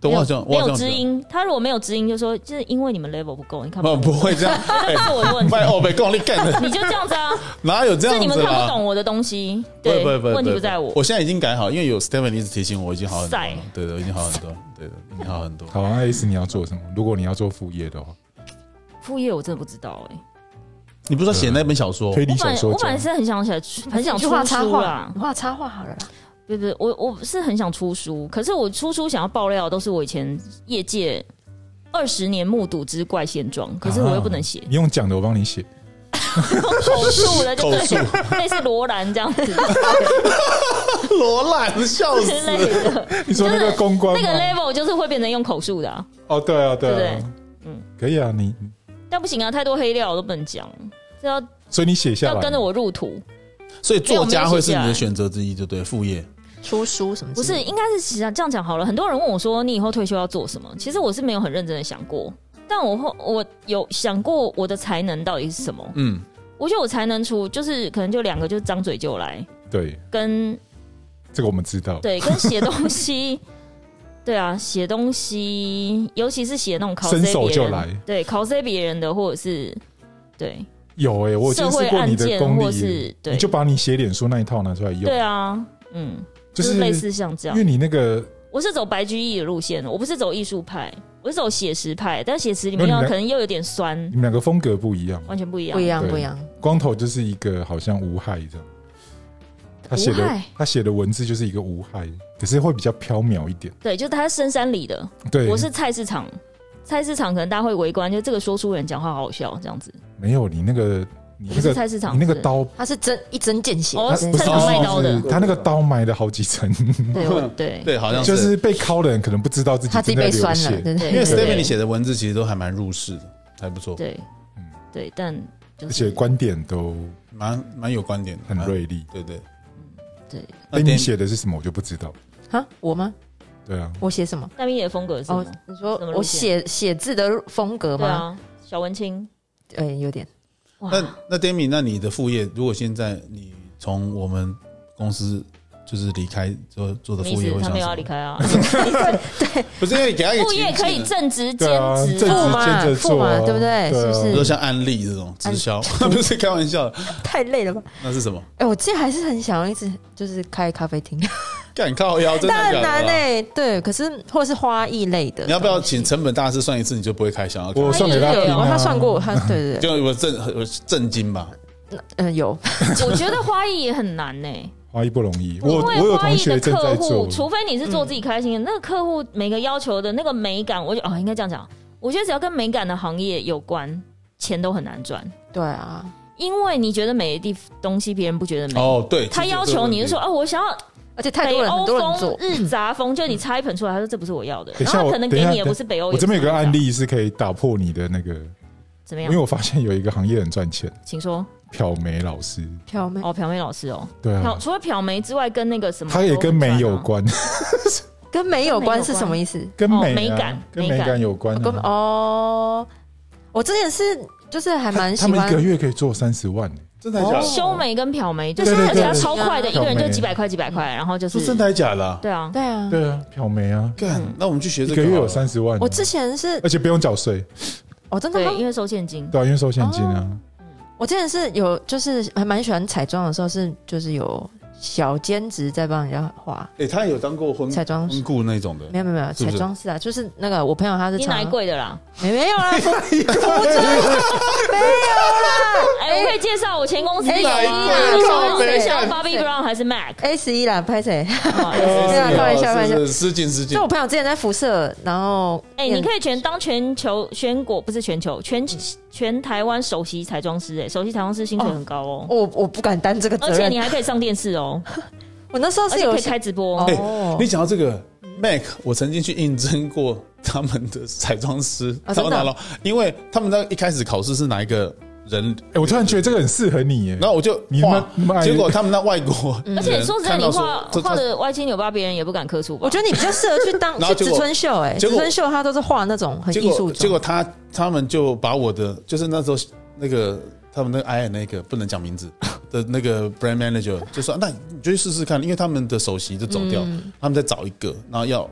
Speaker 4: 对，
Speaker 2: 没
Speaker 4: 我好
Speaker 2: 有
Speaker 4: 像
Speaker 2: 没
Speaker 4: 我好
Speaker 2: 有
Speaker 4: 像
Speaker 2: 知音。他如果没有知音，就说就是因为你们 level 不够，你看不
Speaker 4: 不哦不
Speaker 2: 懂，
Speaker 4: 会 这样，哎
Speaker 2: 这是我的问题，
Speaker 4: 拜哦被共力干的，
Speaker 2: 你就这样子 啊，
Speaker 4: 哪有这
Speaker 2: 是
Speaker 4: 样
Speaker 2: 你们
Speaker 4: 子
Speaker 2: 看不
Speaker 4: 啦？
Speaker 2: 懂我的东西，
Speaker 4: 不会
Speaker 2: 对，
Speaker 4: 不会不会，
Speaker 2: 问题不
Speaker 4: 会
Speaker 2: 在我。
Speaker 4: 我现在已经改好，因为有 Steven 一直提醒我，我已经好很多了
Speaker 2: 晒。
Speaker 4: 对对，我已经好很多了，对的，已经好很多。
Speaker 1: 好，那意思你要做什么？如果你要做副业的话，
Speaker 2: 副业我真的不知道哎、
Speaker 4: 你不是说写那本小说？
Speaker 1: 推理
Speaker 2: 我
Speaker 1: 小
Speaker 2: 本来
Speaker 1: 说
Speaker 2: 我
Speaker 1: 家
Speaker 2: 本来是很想写，很想
Speaker 3: 去
Speaker 2: 出
Speaker 3: 画插
Speaker 2: 书
Speaker 3: 画
Speaker 2: 啦，，
Speaker 3: 啊你画插画好了啦。
Speaker 2: 不是不是，我我是很想出书，可是我出书想要爆料的都是我以前业界二十年目睹之怪现状，可是我又不
Speaker 4: 啊
Speaker 2: 能写，
Speaker 1: 你用讲的，我帮你 写。
Speaker 2: 口述的就
Speaker 4: 口述
Speaker 2: 对，类似罗兰这样子
Speaker 4: 罗兰笑
Speaker 2: 之类
Speaker 4: 死，
Speaker 2: 的，
Speaker 1: 你说那个公关
Speaker 2: 那个
Speaker 1: 吗？
Speaker 2: level 就是会变成用口述的、啊，
Speaker 1: 哦，对啊，
Speaker 2: 对不
Speaker 1: 对
Speaker 2: 对
Speaker 1: 啊，
Speaker 2: 嗯
Speaker 1: 可以啊，你
Speaker 2: 但不行啊，太多黑料我都不能讲，这要
Speaker 1: 所以你写下
Speaker 2: 要
Speaker 1: 来，
Speaker 2: 跟着我入土，
Speaker 4: 所以作家会是你
Speaker 2: 没有没有写下来
Speaker 4: 的选择之一，就对副业。
Speaker 3: 出书什么之
Speaker 2: 不
Speaker 3: 类的？
Speaker 2: 是，应该是实际上啊这样讲好了。很多人问我说，你以后退休要做什么？其实我是没有很认真的想过，但我后我有想过我的才能到底是什么。
Speaker 4: 嗯，
Speaker 2: 我觉得我才能除就是可能就两个，就是张嘴就来，
Speaker 1: 对
Speaker 2: 跟
Speaker 1: 这个我们知道。
Speaker 2: 对跟写东西，对啊，写东西，尤其是写那种 cos
Speaker 1: 伸手就
Speaker 2: 别人
Speaker 1: 来，
Speaker 2: 对 cos 别人的，或者是对
Speaker 1: 有哎，我
Speaker 2: 社
Speaker 1: 见
Speaker 2: 会
Speaker 1: 识过
Speaker 2: 案
Speaker 1: 你的
Speaker 2: 件，
Speaker 1: 功
Speaker 2: 或
Speaker 1: 力
Speaker 2: 是，
Speaker 1: 你
Speaker 2: 对
Speaker 1: 就把你写脸书那一套拿出来用
Speaker 2: 对，啊，嗯，
Speaker 1: 就
Speaker 2: 就是
Speaker 1: 是
Speaker 2: 类似像这
Speaker 1: 因
Speaker 2: 样
Speaker 1: 为。你那个
Speaker 2: 我是走白居易的路线，我不是走艺术派，我是走写实派，但写实里
Speaker 1: 那
Speaker 2: 面
Speaker 1: 你
Speaker 2: 要
Speaker 1: 来
Speaker 2: 可能又有点酸
Speaker 1: 你，们两个风格不一样，
Speaker 2: 完全不一样。
Speaker 3: 不一样
Speaker 1: 对
Speaker 3: 不一样，
Speaker 1: 光头就是一个好像无害这样，他写
Speaker 2: 无
Speaker 1: 的
Speaker 2: 害
Speaker 1: 他写的文字就是一个无害，可是会比较飘渺一点。
Speaker 2: 对，就是他是深山里的，
Speaker 1: 对，
Speaker 2: 我是菜市场，菜市场可能大家会围观，就这个说书人讲话好好笑这样子。
Speaker 1: 没有你那个你那
Speaker 2: 不是
Speaker 1: 个
Speaker 2: 菜市场，
Speaker 1: 你那个
Speaker 2: 是，
Speaker 1: 刀，
Speaker 3: 他是针一针见血，
Speaker 2: 哦
Speaker 1: 他
Speaker 3: 一
Speaker 1: 不是
Speaker 3: 针
Speaker 2: 菜市
Speaker 4: 场卖
Speaker 2: 刀的
Speaker 1: 他那个刀埋了好几层，
Speaker 2: 对
Speaker 3: 哦
Speaker 2: 我对
Speaker 4: 对，好像
Speaker 1: 就是被敲的人可能不知道自己
Speaker 3: 他自己
Speaker 1: 正在
Speaker 3: 被
Speaker 1: 流
Speaker 3: 酸
Speaker 1: 血
Speaker 3: 了，对不对？
Speaker 4: 因为
Speaker 2: 对
Speaker 4: Steven 你写的文字其实都还蛮入世的，还不错，
Speaker 2: 对
Speaker 1: 嗯
Speaker 2: 对，但就
Speaker 1: 而且
Speaker 2: 是
Speaker 1: 观点都
Speaker 4: 蛮蛮有观点的，
Speaker 1: 很
Speaker 4: 蛮。
Speaker 1: 锐利。
Speaker 4: 对对
Speaker 2: 对，
Speaker 4: 啊
Speaker 1: 那你写的是什么我就不知道。
Speaker 3: 哈，我吗？
Speaker 1: 对啊，
Speaker 3: 我写什么？
Speaker 2: 大明野的风格是什么
Speaker 3: 哦？，你说
Speaker 2: 什么路线
Speaker 3: 我写写字的风格
Speaker 2: 对
Speaker 3: 吗？
Speaker 2: 啊，小文青啊
Speaker 3: 呃，有点。
Speaker 2: 哇，
Speaker 4: 那那 Demi，那你的副业，如果现在你从我们公司就是离开做做的
Speaker 2: 什么意
Speaker 4: 副业，
Speaker 2: 思？
Speaker 4: 会
Speaker 2: 他
Speaker 4: 想
Speaker 2: 没有要
Speaker 4: 什
Speaker 2: 离
Speaker 4: 么？
Speaker 2: 开啊，
Speaker 4: 不是因为你给他一个
Speaker 2: 副业
Speaker 4: 情境
Speaker 2: 可以正职兼
Speaker 1: 对啊，正
Speaker 2: 职
Speaker 1: 职
Speaker 3: 副嘛
Speaker 1: 兼着做啊，
Speaker 3: 副嘛对不对
Speaker 1: 啊
Speaker 3: 是不
Speaker 4: 比
Speaker 3: 是
Speaker 4: 如说像案例这种直销，不是开玩笑的，
Speaker 3: 太累了吧？
Speaker 4: 那是什么？
Speaker 3: 哎、我记得还是很想要一直就是开咖啡厅，
Speaker 4: 干靠腰，真的
Speaker 3: 但
Speaker 4: 假
Speaker 3: 很难
Speaker 4: 的啊？
Speaker 3: 哎、对，可是或者是花艺类的东西，
Speaker 4: 你要不要请成本大师算一次，你就不会开想要开
Speaker 1: 我算给他
Speaker 2: 对
Speaker 1: 听
Speaker 2: 啊
Speaker 3: 哦
Speaker 1: 啊，
Speaker 3: 他算过，他对对对，
Speaker 4: 就有震有震惊吧？
Speaker 3: 嗯，有
Speaker 2: 我觉得花艺也很难呢、
Speaker 1: 花艺不容易。 我
Speaker 2: 因
Speaker 1: 我
Speaker 2: 为
Speaker 1: 有
Speaker 2: 花
Speaker 1: 同
Speaker 2: 艺的
Speaker 1: 学正
Speaker 2: 客
Speaker 1: 在
Speaker 2: 户，
Speaker 1: 做，嗯
Speaker 2: 除非你是做自己开心的，那个客户每个要求的那个美感，我觉得哦，应该这样讲，我觉得只要跟美感的行业有关，钱都很难赚，
Speaker 3: 对啊，
Speaker 2: 因为你觉得美的地东西别人不觉得美，
Speaker 4: 哦，对，
Speaker 2: 他
Speaker 4: 这
Speaker 2: 要求你是说，，哦，我想要
Speaker 3: 而且太
Speaker 2: 北
Speaker 3: 多人，很
Speaker 2: 欧
Speaker 3: 多人做
Speaker 2: 风、，日杂风，就你擦一盆出来，他说这不是我要的，
Speaker 1: 等一
Speaker 2: 然
Speaker 1: 下
Speaker 2: 后
Speaker 1: 我
Speaker 2: 他可能
Speaker 1: 等一
Speaker 2: 给
Speaker 1: 下
Speaker 2: 你也
Speaker 1: 等
Speaker 2: 不是北欧。
Speaker 1: 我这边有个
Speaker 2: 也不是
Speaker 1: 案
Speaker 2: 这样，
Speaker 1: 例是可以打破你的那个，
Speaker 2: 怎
Speaker 1: 因
Speaker 2: 么样
Speaker 1: 为？我发现有一个行业很赚钱，
Speaker 2: 请说。
Speaker 1: 漂眉老师。
Speaker 3: 漂妹
Speaker 2: 哦，朴美老师哦，
Speaker 1: 对
Speaker 2: 朴
Speaker 1: 啊，
Speaker 2: 除了漂眉之外，跟那个什么都
Speaker 1: 他
Speaker 2: 很
Speaker 1: 也
Speaker 2: 赚啊，
Speaker 1: 跟美有关，
Speaker 3: 跟美有关是什么意思？
Speaker 1: 跟
Speaker 2: 哦
Speaker 1: 美啊
Speaker 2: 美感
Speaker 1: 跟
Speaker 2: 美
Speaker 1: 美
Speaker 2: 感
Speaker 1: 感有关啊。
Speaker 3: 跟哦，我之前是就是还蛮喜
Speaker 1: 他们一个
Speaker 3: 欢，
Speaker 1: 月可以做三十万，
Speaker 4: 真的假
Speaker 3: 哦
Speaker 4: 的？
Speaker 2: 修眉跟漂眉，就是
Speaker 1: 对对
Speaker 2: 而且
Speaker 1: 对
Speaker 2: 他
Speaker 1: 对
Speaker 2: 超快的，一
Speaker 1: 漂
Speaker 2: 个人就
Speaker 1: 眉
Speaker 2: 几百块几百块，然后就是
Speaker 4: 是真的还假的啊？
Speaker 2: 对啊，
Speaker 3: 对啊，
Speaker 1: 对啊，漂眉啊，
Speaker 4: 干，那我们去学
Speaker 1: 一
Speaker 4: 这
Speaker 1: 个月
Speaker 4: 好
Speaker 1: 有
Speaker 4: 了
Speaker 1: 三十万啊，
Speaker 3: 我之前是
Speaker 1: 而且不用缴税，
Speaker 3: 哦，真的吗
Speaker 2: 对，？因为收现金，
Speaker 1: 对啊，因为
Speaker 2: 哦
Speaker 1: 收现金啊。
Speaker 3: 我之前是有，就是还蛮喜欢彩妆的时候是，就是有小兼职在帮人家画
Speaker 4: 哎，他有当过婚
Speaker 3: 彩妆师
Speaker 4: 婚。顾那种的，
Speaker 3: 没有没有没有，
Speaker 4: 是不
Speaker 3: 彩
Speaker 4: 是
Speaker 3: 妆师啊，就是那个我朋友他是
Speaker 2: 你
Speaker 3: 常
Speaker 2: 哪一贵的啦？
Speaker 3: 没没有啊啦，
Speaker 2: 哎，我可以介绍我前公司
Speaker 3: 哎
Speaker 2: 有一
Speaker 3: 哪
Speaker 4: 一
Speaker 2: 啦，
Speaker 4: 贵
Speaker 2: 就是
Speaker 4: 靠
Speaker 2: 我
Speaker 4: 北
Speaker 2: 是想
Speaker 3: 干
Speaker 2: Bobby Brown 还是 Mac？
Speaker 3: A 十一啦，拍谁？
Speaker 2: 哦
Speaker 3: 没有啦开玩笑开玩笑
Speaker 4: 是是失敬失敬
Speaker 3: 就我。朋友之前在辐射，然后
Speaker 2: 哎，你可以全当全球全国不是全球全全台湾首席彩妆师，哎，首席彩妆师薪水很高哦，
Speaker 3: 我我不敢担这个责
Speaker 2: 而且
Speaker 3: 任
Speaker 2: 你，还可以上电视 哦，
Speaker 3: 我那时候
Speaker 2: 而
Speaker 3: 是
Speaker 2: 且
Speaker 3: 有
Speaker 2: 可以开直播哦。
Speaker 4: 哎
Speaker 3: 哦，
Speaker 4: 你讲到这个 Mac，我曾经去应征过他们的彩妆师，
Speaker 3: 啊
Speaker 4: 他
Speaker 3: 真
Speaker 4: 们
Speaker 3: 的
Speaker 4: 拿
Speaker 3: 啊
Speaker 4: 了，因为他们那一开始考试是哪一个人，
Speaker 1: 哎，我突然觉得这个很适合你耶
Speaker 4: 然。后我就
Speaker 1: 你
Speaker 4: 画
Speaker 1: 那么爱，
Speaker 4: 结果他们那外国人
Speaker 2: 嗯而且说实在，
Speaker 4: 哦看
Speaker 2: 你
Speaker 4: 到
Speaker 2: 画
Speaker 4: 说这
Speaker 2: 画的歪七扭八，别人也不敢磕出吧？
Speaker 3: 我觉得你比较适合去当
Speaker 4: 然后
Speaker 3: 去
Speaker 4: 结
Speaker 3: 植
Speaker 4: 果
Speaker 3: 村秀，哎，
Speaker 4: 结
Speaker 3: 植
Speaker 4: 果
Speaker 3: 村秀他都是画那种很
Speaker 4: 结
Speaker 3: 艺术
Speaker 4: 果
Speaker 3: 妆，
Speaker 4: 结果他他们就把我的就是那时候那个他们那个 I 那个不能讲 名字的那个 brand manager 就说，那你就去试试看，因为他们的首席就走掉，
Speaker 3: 嗯
Speaker 4: 他们再找一个，然后要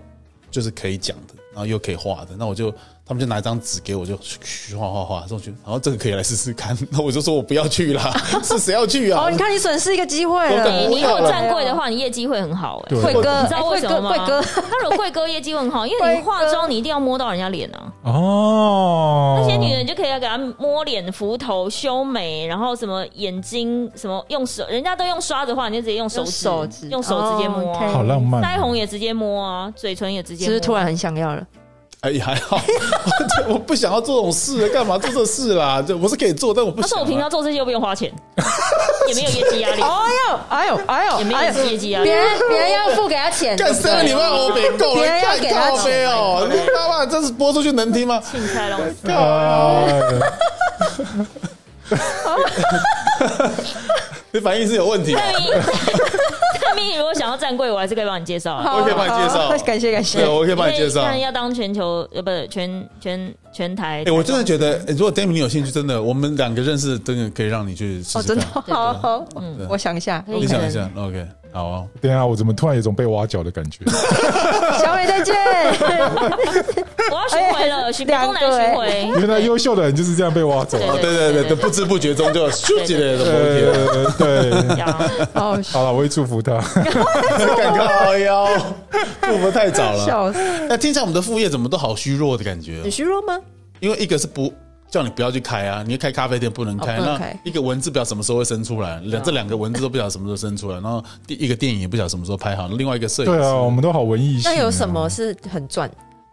Speaker 4: 就是可以讲的，然后又可以画的，那我就。他们就拿一张纸给我，就嘘嘘画画画 上去，然后这个可以来试试看。那我就说我不要去啦， 是谁要去啊？
Speaker 3: 哦，你看你损失一个机会
Speaker 4: 我
Speaker 3: 了，
Speaker 4: 懂
Speaker 2: 你如果站柜的话，你业绩会很好哎、
Speaker 1: 对
Speaker 3: 贵哥，
Speaker 2: 你知道为
Speaker 3: 贵
Speaker 2: 什么
Speaker 3: 哥，
Speaker 2: 吗？
Speaker 3: 贵哥，
Speaker 2: 他如果贵哥业绩会很好，因为你化妆你一定要摸到人家脸啊。
Speaker 1: 哦，
Speaker 2: 那些女人就可以要给她摸脸、扶头、修眉，然后什么眼睛什么用手，人家都用刷子画，你就直接用手指，
Speaker 3: 用手指
Speaker 2: 用手直接摸、
Speaker 3: 哦
Speaker 2: 啊
Speaker 3: ，OK
Speaker 1: 好浪漫哦，
Speaker 2: 腮红也直接摸啊，嘴唇也直接
Speaker 3: 是
Speaker 2: 摸。
Speaker 3: 不是突然很想要了？
Speaker 4: 哎呀，还好， 我不想要做这种事，干嘛做这事啦？就我是可以做，但我不
Speaker 2: 他
Speaker 4: 想
Speaker 2: 说
Speaker 4: 啊。
Speaker 2: 我平常做这些又不用花 钱，也没有业绩压力，
Speaker 3: 哎呦，哎呦，哎
Speaker 2: 也
Speaker 3: 呦，
Speaker 2: 没
Speaker 3: 哎
Speaker 2: 有
Speaker 3: 呦，
Speaker 2: 业绩压力
Speaker 3: 别。人别人要付给他钱，
Speaker 4: 干
Speaker 3: 对不
Speaker 4: 三
Speaker 3: 对
Speaker 4: 个礼拜我没够了，
Speaker 3: 别人要
Speaker 4: 干
Speaker 3: 给他
Speaker 4: 靠背哦！你妈妈这是播出去能听吗？
Speaker 2: 青菜龙
Speaker 4: 靠
Speaker 1: 哎
Speaker 4: 呀！
Speaker 1: 呦
Speaker 4: 你反应是有问题啊，
Speaker 2: 蔡明，蔡明，你如果想要站柜，我还是可以帮你介绍啊。
Speaker 3: 好
Speaker 4: 我可以帮你介绍
Speaker 3: 好感谢感谢
Speaker 4: 对，。我可以帮你介绍
Speaker 2: 因为。看要当全球呃，不是全全全台。
Speaker 4: 哎，我真的觉得，哎如果 d a m i 你有兴趣，真的，我们两个认识，真的可以让你去试
Speaker 3: 哦，
Speaker 4: 试
Speaker 3: 真的
Speaker 4: 看。
Speaker 3: 好好，嗯
Speaker 4: 对
Speaker 3: 我想一下，
Speaker 2: 可以
Speaker 4: 你想一下，OK，好啊。
Speaker 1: 等一下，我怎么突然有种被挖角的感 觉？
Speaker 3: 小美再见。
Speaker 2: 我要巡回了，巡工男巡回。
Speaker 1: 原来优秀的人就是这样被挖走。啊
Speaker 4: 哦，对对对对，不知不觉中就咻起来的摩天，
Speaker 1: 呃，对，
Speaker 2: 讲
Speaker 3: 哦，
Speaker 1: 好了，我会祝福他。
Speaker 4: 干靠腰，祝福太早了。
Speaker 3: 笑死！
Speaker 4: 那听起来我们的副业怎么都好虚弱的感觉哦
Speaker 3: 你。虚弱吗？
Speaker 4: 因为一个是不叫你不要去开啊，你开咖啡店不能开，
Speaker 3: 哦不能
Speaker 4: 那
Speaker 3: 开
Speaker 4: 一个文字不知道什么时候会生出来，两、这两个文字都不晓得什么时候生出来，然后第一个电影也不晓得什么时候拍好，另外一个摄影
Speaker 1: 对
Speaker 4: 师，
Speaker 1: 啊，我们都好文艺系啊。
Speaker 3: 那有什么是很赚？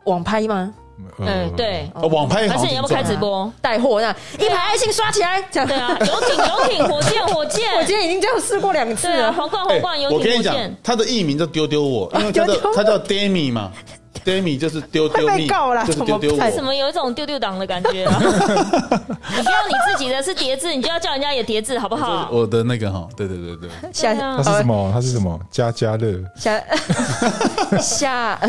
Speaker 3: 网拍吗？
Speaker 1: 呃？
Speaker 2: 嗯，对。
Speaker 4: 呃网拍
Speaker 2: 还
Speaker 4: 好
Speaker 2: 是
Speaker 4: 像
Speaker 2: 你要不
Speaker 4: 挺
Speaker 2: 开
Speaker 4: 重
Speaker 2: 直播？
Speaker 3: 带货那一排爱心刷起来，这样
Speaker 4: 哎
Speaker 2: 对啊，游艇游艇，火箭火
Speaker 3: 我
Speaker 2: 箭，
Speaker 3: 今天已经这样试过两次
Speaker 2: 对啊，
Speaker 3: 了。
Speaker 2: 皇冠
Speaker 4: 哎
Speaker 2: 皇冠游
Speaker 4: 我
Speaker 2: 艇
Speaker 4: 跟
Speaker 2: 火
Speaker 4: 你讲
Speaker 2: 箭，，
Speaker 4: 他的艺名叫丢丢我，因为他的
Speaker 3: 丢丢我
Speaker 4: 他叫 Demi 嘛，Demi 就是 丢丢
Speaker 3: 会被
Speaker 4: 你，
Speaker 3: 告啦
Speaker 4: 就是丢丢
Speaker 3: 怎么
Speaker 4: 我
Speaker 3: 办。
Speaker 2: 怎么有一种丢丢党的感觉啊？你不要你自己的是叠字，你就要叫人家也叠字，好不好？
Speaker 4: 我的那个哈，对对对对，
Speaker 3: 下
Speaker 2: 对啊
Speaker 1: 他是什么？他是什么？加加乐。
Speaker 3: 下 下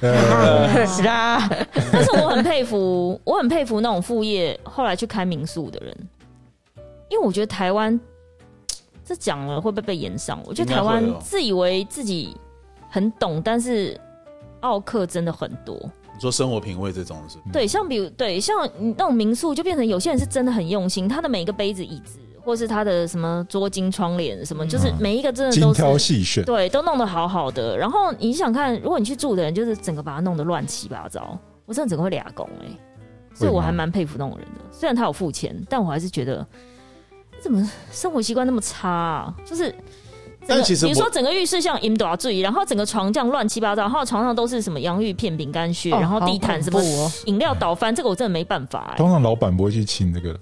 Speaker 1: 呃，
Speaker 3: 啦，
Speaker 2: 但是我很佩服，我很佩服那种副业后来去开民宿的人，因为我觉得台湾这讲了会不会被延上？我觉得台湾
Speaker 4: 应该会哦
Speaker 2: 自以为自己很懂，但是奥克真的很多。
Speaker 4: 你说生活品味这种 是不是，
Speaker 2: 对，像比如对像你那种民宿，就变成有些人是真的很用心，他的每一个杯子、椅子，或是他的什么桌巾、窗帘什么，就是每一个真的
Speaker 1: 精
Speaker 2: 都是
Speaker 1: 挑细选。
Speaker 2: 对，都弄得好好的。然后你想看，如果你去住的人，就是整个把它弄得乱七八糟，我真的整个会俩拱哎、所以我还蛮佩服那种人的。虽然他有付钱，但我还是觉得你怎么生活习惯那么差、啊？就是整个。
Speaker 4: 但其实
Speaker 2: 比如
Speaker 4: 我
Speaker 2: 说整个浴室像 im 多注意，然后整个床这样乱七八糟，然后床上都是什么洋芋片、饼干屑，
Speaker 3: 哦
Speaker 2: 然后地毯什么
Speaker 3: 好恐怖哦
Speaker 2: 饮料倒翻，这个我真的没办法、哎
Speaker 1: 通常老板不会去亲这个的，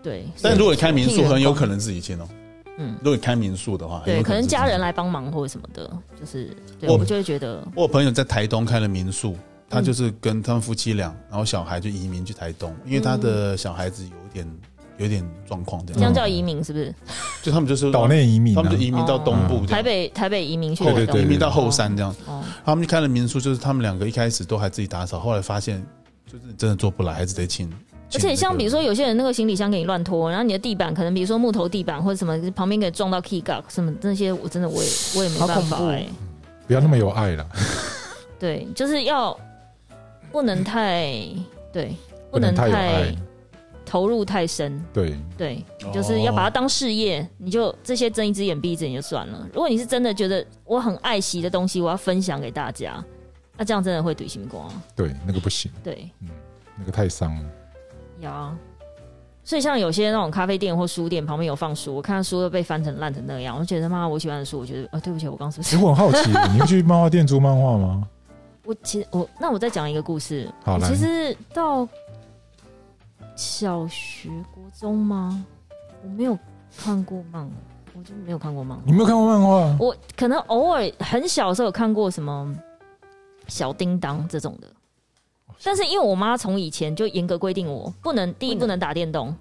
Speaker 2: 对，
Speaker 4: 但如果你开民
Speaker 3: 聘
Speaker 4: 宿，
Speaker 3: 员工
Speaker 4: 很有可能自己签哦。
Speaker 2: 嗯
Speaker 4: 如果你开民宿的话，哎很有
Speaker 2: 对，可能
Speaker 4: 自己
Speaker 2: 家
Speaker 4: 签
Speaker 2: 人来帮忙或者什么的，就是对
Speaker 4: 我
Speaker 2: 我就会觉得
Speaker 4: 我有朋友在台东开了民
Speaker 2: 嗯
Speaker 4: 宿，他就是跟他们夫妻俩，然后小孩就移民去台东，因为他的小孩子有点有点状况，这
Speaker 2: 这样
Speaker 4: 样
Speaker 2: 叫移民是不是？
Speaker 4: 就他们就是
Speaker 1: 岛，内移民啊
Speaker 4: 他们就移民到东部，这
Speaker 2: 哦台
Speaker 4: 样
Speaker 2: 北台北移民去
Speaker 1: 对对
Speaker 2: 台东
Speaker 1: 对
Speaker 4: 移民到后山这样，
Speaker 2: 哦，
Speaker 4: 他们就开了民宿，就是他们两个一开始都还自己打扫，后来发现就是真的做不来，还是得
Speaker 2: 而
Speaker 4: 请。请那
Speaker 2: 且
Speaker 4: 个
Speaker 2: 像比如说有些人那个行李箱给你乱拖，然后你的地板可能比如说木头地板或者什么，旁边给撞到 key g a 什么那些，我真的我也我也没办
Speaker 3: 好
Speaker 2: 法
Speaker 3: 恐怖
Speaker 2: 哎、
Speaker 1: 不要那么有爱了，
Speaker 2: 对，就是要不能太对，不能
Speaker 1: 太有
Speaker 2: 太
Speaker 1: 爱。哦
Speaker 2: 投入太深，
Speaker 1: 对，
Speaker 2: 对，就是要把它
Speaker 4: 哦
Speaker 2: 当事业，你就这些睁一只眼闭一只眼就算了。如果你是真的觉得我很爱惜的东西，我要分享给大家，那这样真的会怼星光啊。
Speaker 1: 对，那个不行，
Speaker 2: 对，
Speaker 1: 那个太伤 了。
Speaker 2: 呀，所以像有些那种咖啡店或书店旁边有放书，我看到书都被翻成烂成那样，我就觉得妈，我喜欢的书，我觉得啊、对不起，我刚刚是不
Speaker 1: 其实
Speaker 2: 是？
Speaker 1: 我很好奇，你会去漫画店租漫画吗？
Speaker 2: 我其实我那我再讲一个故事，
Speaker 1: 好
Speaker 2: 我
Speaker 1: 来
Speaker 2: 其实到小学、国中吗？我没有看过漫画，我就没有看过漫画。
Speaker 1: 你没有看过漫画？
Speaker 2: 我可能偶尔很小的时候有看过什么小叮当这种的，但是因为我妈从以前就严格规定我不能，第一
Speaker 3: 不能
Speaker 2: 不能打电动，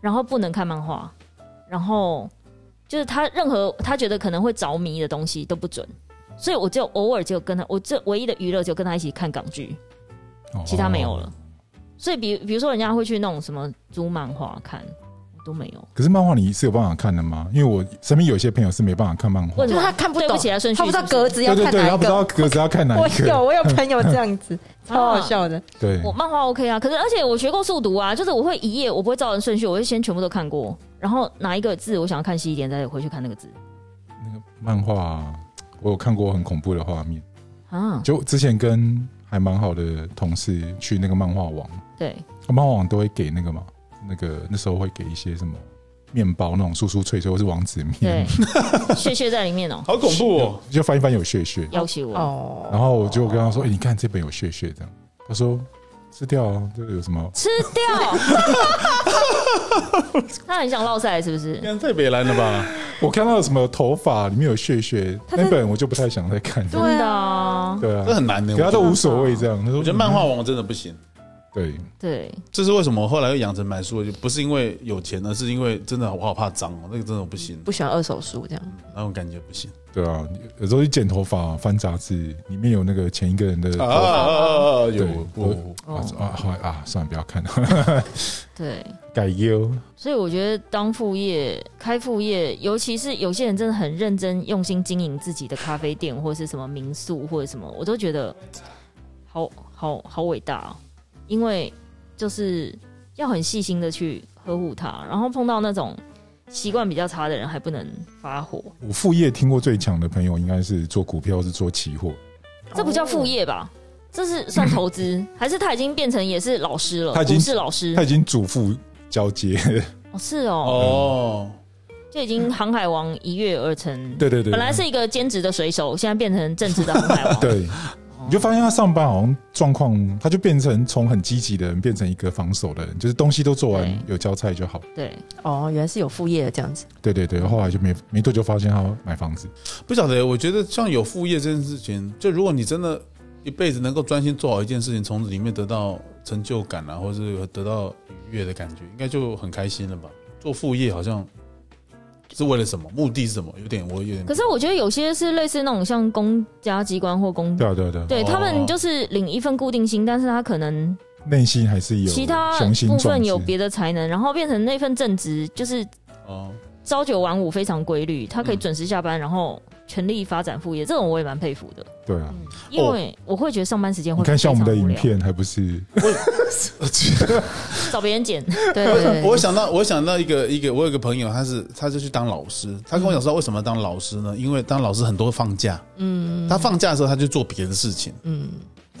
Speaker 2: 然后不能看漫画，然后就是她任何她觉得可能会着迷的东西都不准，所以我就偶尔就跟她，我这唯一的娱乐就跟她一起看港剧，
Speaker 1: 哦
Speaker 2: 其他没有了。所以比比如说人家会去那种什么租漫画看，我都没有。
Speaker 1: 可是漫画你是有办法看的吗？因为我身边有一些朋友是没办法看漫画
Speaker 2: 为，什么
Speaker 3: 就是他看不
Speaker 2: 对
Speaker 3: 懂
Speaker 2: 不起来啊顺序
Speaker 3: 他不知道格子要
Speaker 1: 对对
Speaker 3: 看
Speaker 1: 对，
Speaker 3: 哪
Speaker 1: 他
Speaker 3: 一
Speaker 1: 不知道
Speaker 3: 个。
Speaker 1: 格子要看哪
Speaker 3: 我
Speaker 1: 一个
Speaker 3: 有，，我有朋友这样 子，超
Speaker 2: 啊
Speaker 3: 好笑的。
Speaker 1: 对，
Speaker 2: 我漫画 OK 啊，可是而且我学过速读啊，就是我会一页，我不会照人顺序，我会先全部都看过，然后哪一个字我想要看细一点，再回去看那个字
Speaker 1: 那个漫画我有看过很恐怖的画面，
Speaker 2: 啊。
Speaker 1: 就之前跟还蛮好的同事去那个漫画网，
Speaker 2: 对，
Speaker 1: 漫画网都会给那个嘛，那个那时候会给一些什么面包那种酥酥脆脆，或是王子
Speaker 2: 对
Speaker 1: 面，，
Speaker 2: 血血在里面 哦、
Speaker 4: 好恐 怖哦！
Speaker 1: 就翻一翻有屑屑。
Speaker 2: 要挟我，
Speaker 3: 哦，
Speaker 1: 然后我就跟他说：“哎、你看这本有屑屑，这样。”他说：“吃掉啊，这个有什么
Speaker 2: 吃掉。 那很想落赛是不是？
Speaker 4: 应该太北蓝了吧？？”
Speaker 1: 我看到有什么头发里面有屑屑，
Speaker 3: 他在
Speaker 1: 那本我就不太想再看。
Speaker 3: 对
Speaker 2: 真的啊，
Speaker 1: 对
Speaker 4: 这
Speaker 1: 啊，
Speaker 4: 很难的。
Speaker 1: 可他
Speaker 4: 我
Speaker 1: 都无所谓这样。他说：“嗯
Speaker 4: 我觉得漫画王真的不行，
Speaker 1: 对
Speaker 2: 对，
Speaker 4: 这是为什么我后来又养成买书的，就不是因为有钱，而是因为真的我好怕脏哦，那个真的我不行，
Speaker 3: 不喜欢二手书这样，
Speaker 4: 那种感觉不行
Speaker 1: 对啊，有时候去剪头发、啊翻杂志，里面有那个前一个人的头
Speaker 4: 啊
Speaker 1: 发。
Speaker 4: 有
Speaker 1: 对
Speaker 4: 不
Speaker 1: 啊
Speaker 2: 哦，
Speaker 1: 啊，后来啊，算了，不要看了，
Speaker 2: 对。
Speaker 1: 改优。
Speaker 2: 所以我觉得当副业、开副业，尤其是有些人真的很认真、用心经营自己的咖啡店，或者是什么民宿，或者什么，我都觉得好好好伟大、哦，因为就是要很细心的去呵护它，然后碰到那种习惯比较差的人，还不能发火，
Speaker 1: 我副业听过最强的朋友应该是做股票，是做期货，
Speaker 2: 这不叫副业吧？这是算投资，还是他已经变成也是老师了？
Speaker 1: 他已经
Speaker 2: 股市老师
Speaker 1: 他已经主副交接。
Speaker 2: 哦，是哦，
Speaker 4: 哦，
Speaker 2: 就已经航海王一跃而成。
Speaker 1: 对对对，啊
Speaker 2: 本来是一个兼职的水手，现在变成正职的航海 王。
Speaker 1: 对，你就发现他上班好像状况，他就变成从很积极的人变成一个防守的人，就是东西都做完
Speaker 2: 对，
Speaker 1: 有交差就好。
Speaker 2: 对，
Speaker 3: 哦，原来是有副业的这 样子。
Speaker 1: 对对对，后来就没没多久发现他买房子，
Speaker 4: 不晓得，我觉得像有副业这件事情，就如果你真的一辈子能够专心做好一件事情，从里面得到成就感啊，或者是得到愉悦的感觉，应该就很开心了吧？做副业好像是为了什么？目的是什么？有点，我有点。
Speaker 2: 可是我觉得有些是类似那种像公家机关或公，
Speaker 1: 对啊对啊对啊，
Speaker 2: 对
Speaker 4: 哦
Speaker 2: 他们就是领一份固定薪，但是他可能
Speaker 1: 内心还是有
Speaker 2: 其他
Speaker 1: 雄心
Speaker 2: 部
Speaker 1: 壮
Speaker 2: 分
Speaker 1: 志
Speaker 2: 有，别的才能，然后变成那份正职，就是
Speaker 4: 哦，
Speaker 2: 朝九晚五非常规律，他可
Speaker 1: 嗯
Speaker 2: 以准时下班，然后全力发展副业，这种我也蛮佩服的，
Speaker 1: 对啊。
Speaker 2: 因为嗯我会觉得上班时间
Speaker 1: 你
Speaker 2: 会
Speaker 1: 看，像我们的
Speaker 2: 非常无
Speaker 1: 影
Speaker 2: 聊，
Speaker 1: 片还不是
Speaker 2: 找别人剪，
Speaker 3: 对对对，
Speaker 4: 我想到，我想到一个一个，我有个朋友，他是他就去当老师，他跟我讲说，为什么要当老师呢？因为当老师很多放假，
Speaker 3: 嗯
Speaker 4: 他放假的时候他就做别的事情，
Speaker 3: 嗯，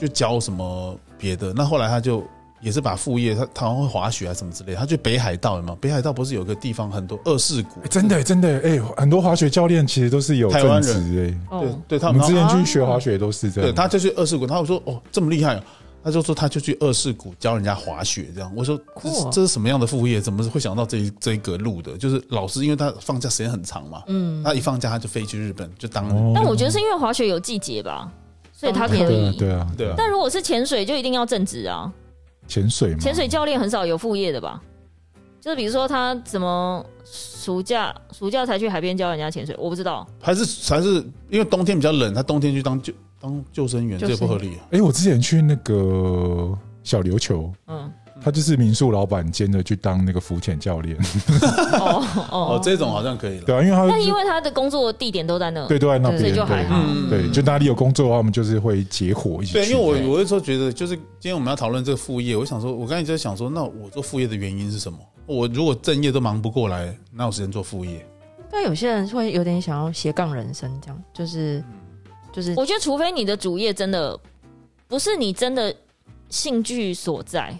Speaker 4: 就教什么别的。那后来他就也是把副业，他他好像会滑雪啊什么之类的。他去北海道有没有？北海道不是有个地方很多二世谷
Speaker 1: 欸？真的欸真的欸哎，很多滑雪教练其实都是有
Speaker 4: 台湾
Speaker 1: 正
Speaker 4: 人
Speaker 1: 职哎，
Speaker 4: 对
Speaker 2: 哦，
Speaker 4: 对，他
Speaker 1: 我
Speaker 4: 们
Speaker 1: 们之
Speaker 4: 然后
Speaker 1: 前去学滑雪都是这
Speaker 4: 对，
Speaker 1: 样。
Speaker 4: 他就去二世谷，他我说哦这么厉害哦，他就说他就去二世谷教人家滑雪这样。我说这是
Speaker 3: 酷哦
Speaker 4: 这是什么样的副业？怎么会想到这一这一个路的？就是老师，因为他放假时间很长嘛，嗯，他一放假他就飞去日本就当
Speaker 1: 哦
Speaker 2: 但我觉得是因为滑雪有季节吧，所以他可
Speaker 1: 对啊
Speaker 2: 以。
Speaker 1: 对啊
Speaker 4: 对啊
Speaker 2: 但如果是潜水，就一定要正职啊。
Speaker 1: 潜水嘛，
Speaker 2: 潜水教练很少有副业的吧？就是比如说他怎么暑假暑假才去海边教人家潜水，我不知道。
Speaker 4: 还是还是因为冬天比较冷，他冬天去当救当救生员，这也不合理啊。
Speaker 1: 哎，我之前去那个小琉球，
Speaker 2: 嗯，
Speaker 1: 他就是民宿老板兼着去当那个浮潜教练，
Speaker 2: 哦
Speaker 4: 哦
Speaker 2: 哦，，
Speaker 4: 这种好像可以了。
Speaker 1: 对啊，因为他
Speaker 2: 但因为他的工作地点都在那，
Speaker 1: 对都在那边，
Speaker 2: 所以就
Speaker 1: 对
Speaker 2: 还好
Speaker 4: 嗯
Speaker 1: 对，就哪里有工作的话，我们就是会结伙一起去。
Speaker 4: 对，因为
Speaker 1: 这样
Speaker 4: 我我是说觉得，就是今天我们要讨论这个副业，我想说，我刚才就在想说，那我做副业的原因是什么？我如果正业都忙不过来，哪有时间做副业？
Speaker 3: 应该有些人会有点想要斜杠人生，这样就是就是
Speaker 2: 我觉得除非你的主业真的不是你真的兴趣所在，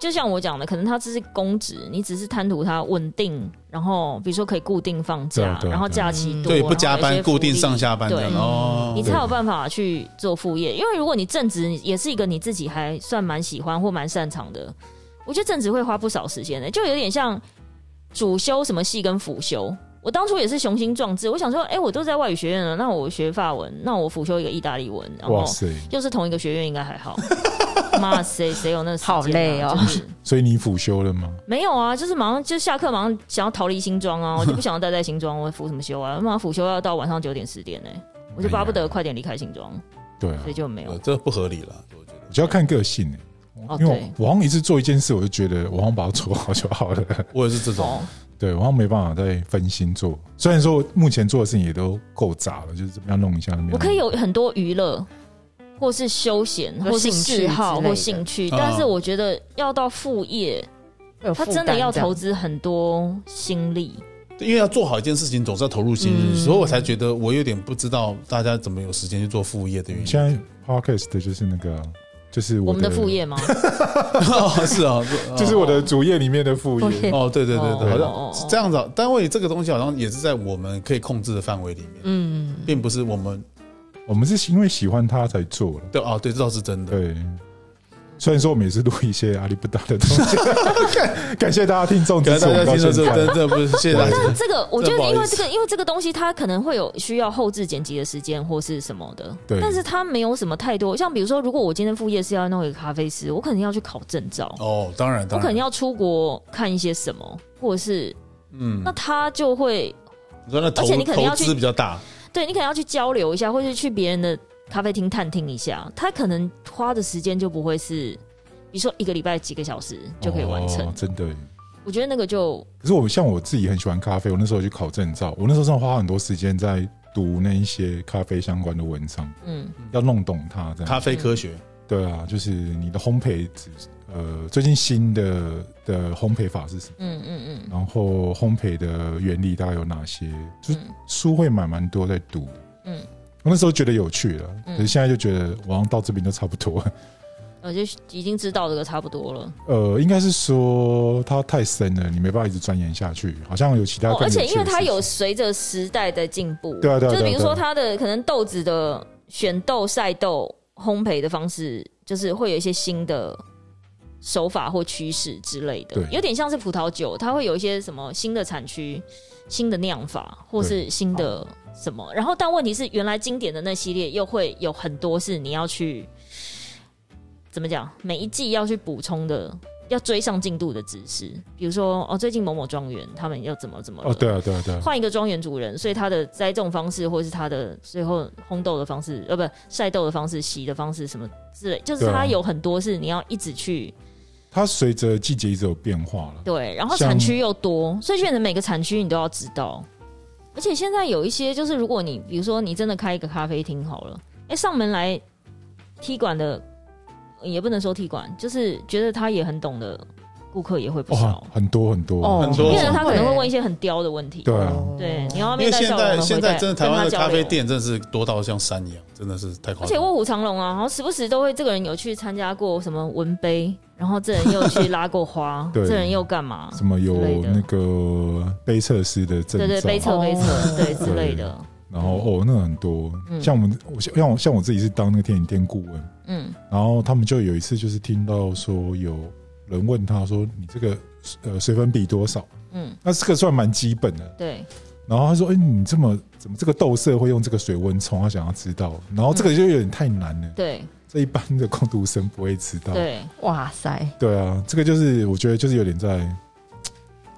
Speaker 2: 就像我讲的，可能他只是公职，你只是贪图它稳定，然后比如说可以固定放
Speaker 1: 对啊
Speaker 2: 假，
Speaker 1: 对啊
Speaker 2: 然后假期
Speaker 3: 嗯
Speaker 2: 多，
Speaker 4: 对，
Speaker 2: 然后
Speaker 4: 不加
Speaker 2: 有一
Speaker 4: 班，
Speaker 2: 些福利
Speaker 4: 固定上下班这
Speaker 2: 对
Speaker 4: 样。哦
Speaker 2: 你。才有办法去做副业。因为如果你正职也是一个你自己还算蛮喜欢或蛮擅长的，我觉得正职会花不少时间的、就有点像主修什么系跟辅修。我当初也是雄心壮志，我想说，哎、我都在外语学院了，那我学法文，那我辅修一个意大利文，然后
Speaker 1: 哇塞，
Speaker 2: 又是同一个学院，应该还好。妈，谁谁有那个时间啊
Speaker 3: 好累哦
Speaker 2: 就是
Speaker 1: 所以你辅修了吗？
Speaker 2: 没有啊，就是马上就下课，马上想要逃离新庄啊，我就不想要待在新庄，我辅什么修啊？马上辅修要到晚上九点十点呢、我就巴不得快点离开新庄，
Speaker 1: 哎对啊
Speaker 2: 所以，就没有
Speaker 4: 呃。这不合理了，我觉得。
Speaker 1: 我就要看个性欸
Speaker 2: 哦
Speaker 1: 因为
Speaker 2: 对
Speaker 1: 我我好像一次做一件事，我就觉得我好像把它做好就好了。
Speaker 4: 我也是这种
Speaker 2: 哦，，
Speaker 1: 对，我好像没办法再分心做。虽然说我目前做的事情也都够杂了，就是这边要弄一下那边要弄一下。
Speaker 2: 我可以有很多娱乐，或是休闲，
Speaker 3: 有
Speaker 2: 或是
Speaker 3: 兴趣
Speaker 2: 嗜好，
Speaker 3: 之类的
Speaker 2: 或兴趣，
Speaker 4: 哦
Speaker 2: 但是我觉得要到副业，
Speaker 3: 会有
Speaker 2: 他
Speaker 3: 负
Speaker 2: 真的
Speaker 3: 担
Speaker 2: 要
Speaker 3: 这样
Speaker 2: 投资很多心力。
Speaker 4: 因为要做好一件事情，总是要投入心力，
Speaker 3: 嗯
Speaker 4: 所以我才觉得我有点不知道大家怎么有时间去做副业的原 因。
Speaker 1: 现在 podcast 的就是那个啊，就是
Speaker 2: 我
Speaker 1: 我
Speaker 2: 们的副， 业吗？
Speaker 4: 哦 是啊，哦
Speaker 1: 就是我的主业里面的副
Speaker 3: 副
Speaker 1: 业
Speaker 3: 业。
Speaker 4: 哦，对对对对，好像
Speaker 2: 哦
Speaker 4: 是这样子啊。单位这个东西好像也是在我们可以控制的范围里面，
Speaker 3: 嗯，
Speaker 4: 并不是我们
Speaker 1: 我们是因为喜欢它才做了。
Speaker 4: 对哦，对，这倒是真的。
Speaker 1: 对，虽然说我们也是录一些阿里不达的东西， 感感谢大家听众
Speaker 4: 感
Speaker 1: 支持
Speaker 4: 谢
Speaker 1: 我
Speaker 4: 大
Speaker 1: 们到
Speaker 4: 家听
Speaker 1: 现
Speaker 4: 说这真
Speaker 1: 在。
Speaker 4: 的不是，谢谢大家。
Speaker 2: 那这个我觉
Speaker 4: 真
Speaker 2: 得，
Speaker 4: 不好
Speaker 2: 因为
Speaker 4: 意思
Speaker 2: 这个，因为这个东西，它可能会有需要后置剪辑的时间或是什么的，
Speaker 1: 对
Speaker 2: 但是它没有什么太多。像比如说，如果我今天副业是要弄一个咖啡师，我可能要去考证照，
Speaker 4: 哦，当然，
Speaker 2: 我
Speaker 4: 当
Speaker 2: 可能
Speaker 4: 然，
Speaker 2: 要出国看一些什么，或者是
Speaker 4: 嗯
Speaker 2: 那，他就会
Speaker 4: 你说那投
Speaker 2: 而且你可能
Speaker 4: 投
Speaker 2: 要去
Speaker 4: 资比较大，
Speaker 2: 对你可能要去交流一下，或是去别人的咖啡厅探听一下，他可能花的时间就不会是，比如说一个礼拜几个小时就可以完成。
Speaker 1: 哦真的耶。
Speaker 2: 我觉得那个就
Speaker 1: 可是我像我自己很喜欢咖啡，我那时候去考证照，我那时候真的花很多时间在读那一些咖啡相关的文章，
Speaker 2: 嗯，
Speaker 1: 要弄懂它这样。
Speaker 4: 咖啡科学
Speaker 1: 对啊，就是你的烘焙指，呃，最近新的的烘焙法是什么？
Speaker 2: 嗯嗯嗯
Speaker 1: 然后烘焙的原理大概有哪些？就是
Speaker 2: 嗯
Speaker 1: 书会买蛮多在读的。
Speaker 2: 嗯，
Speaker 1: 我那时候觉得有趣了，
Speaker 2: 嗯
Speaker 1: 可是现在就觉得我好像到这边就差不多 了。
Speaker 2: 我就已经知道这个差不多了。
Speaker 1: 呃，应该是说它太深了，你没办法一直钻研下去，好像有其他
Speaker 2: 哦，
Speaker 1: 更
Speaker 2: 而
Speaker 1: 有趣的事情、
Speaker 2: 且因为它有随着时代的进步，
Speaker 1: 对啊对啊对啊
Speaker 2: 就是比如
Speaker 1: 对啊
Speaker 2: 说它的可能豆子的选豆、晒豆、烘焙的方式，就是会有一些新的手法或趋势之类的
Speaker 1: 对，
Speaker 2: 有点像是葡萄酒，它会有一些什么新的产区、新的酿法，或是新的什么。然后，但问题是，原来经典的那系列又会有很多是你要去怎么讲，每一季要去补充的。要追上进度的知识，比如说哦，最近某某庄园他们要怎么怎么了
Speaker 1: 哦，对啊，对啊，对啊，
Speaker 2: 换一个庄园主人，所以他的栽种方式，或是他的最后烘豆的方式，呃，不，晒豆的方式、洗的方式什么之类，就是
Speaker 1: 对啊
Speaker 2: 它有很多是你要一直去
Speaker 1: 它随着季节一直有变化了。
Speaker 2: 对，然后
Speaker 1: 像
Speaker 2: 产区又多，所以变成每个产区你都要知道。而且现在有一些就是，如果你比如说你真的开一个咖啡厅好了，哎、上门来踢馆的，也不能说踢馆，就是觉得他也很懂的顾客也会不
Speaker 1: 哇
Speaker 2: 少，，
Speaker 1: 很多很多，
Speaker 3: 哦
Speaker 4: 很多哦
Speaker 2: 因
Speaker 4: 变
Speaker 2: 为
Speaker 4: 成
Speaker 2: 他可能会问一些很刁的问题。
Speaker 1: 对啊，，
Speaker 2: 对，你要
Speaker 4: 因为
Speaker 2: 面带
Speaker 4: 现
Speaker 2: 笑容
Speaker 4: 在
Speaker 2: 地
Speaker 4: 现
Speaker 2: 回
Speaker 4: 在
Speaker 2: 答
Speaker 4: 真的台湾
Speaker 2: 跟
Speaker 4: 的
Speaker 2: 他交
Speaker 4: 咖啡
Speaker 2: 流
Speaker 4: 店真的是多到像山一样，真的是太夸
Speaker 2: 而且
Speaker 4: 张了。
Speaker 2: 卧虎藏龙啊，然后时不时都会这个人有去参加过什么文杯，然后这人又去拉过 花
Speaker 1: 对
Speaker 2: 这人又干嘛？
Speaker 1: 什么有
Speaker 2: 之类的
Speaker 1: 那个杯测师的证照，
Speaker 2: 对对，杯测
Speaker 3: 哦
Speaker 2: 杯测，
Speaker 1: 对
Speaker 2: 对之类的，
Speaker 1: 然后哦，那很多，
Speaker 2: 嗯
Speaker 1: 像我们我像我像我自己是当那个电影店顾问，
Speaker 2: 嗯，
Speaker 1: 然后他们就有一次就是听到说有人问他说你这个呃水粉比多少？
Speaker 2: 嗯，
Speaker 1: 那这个呃算蛮基本的。
Speaker 2: 对，
Speaker 1: 然后他说，哎、你这么怎么这个豆色会用这个水温冲？他想要知道，然后这个就有点太难了，
Speaker 2: 对，
Speaker 1: 这一般的工读生不会知道。
Speaker 2: 对，
Speaker 3: 嗯哇塞，
Speaker 1: 嗯对啊，这个就是我觉得就是有点在，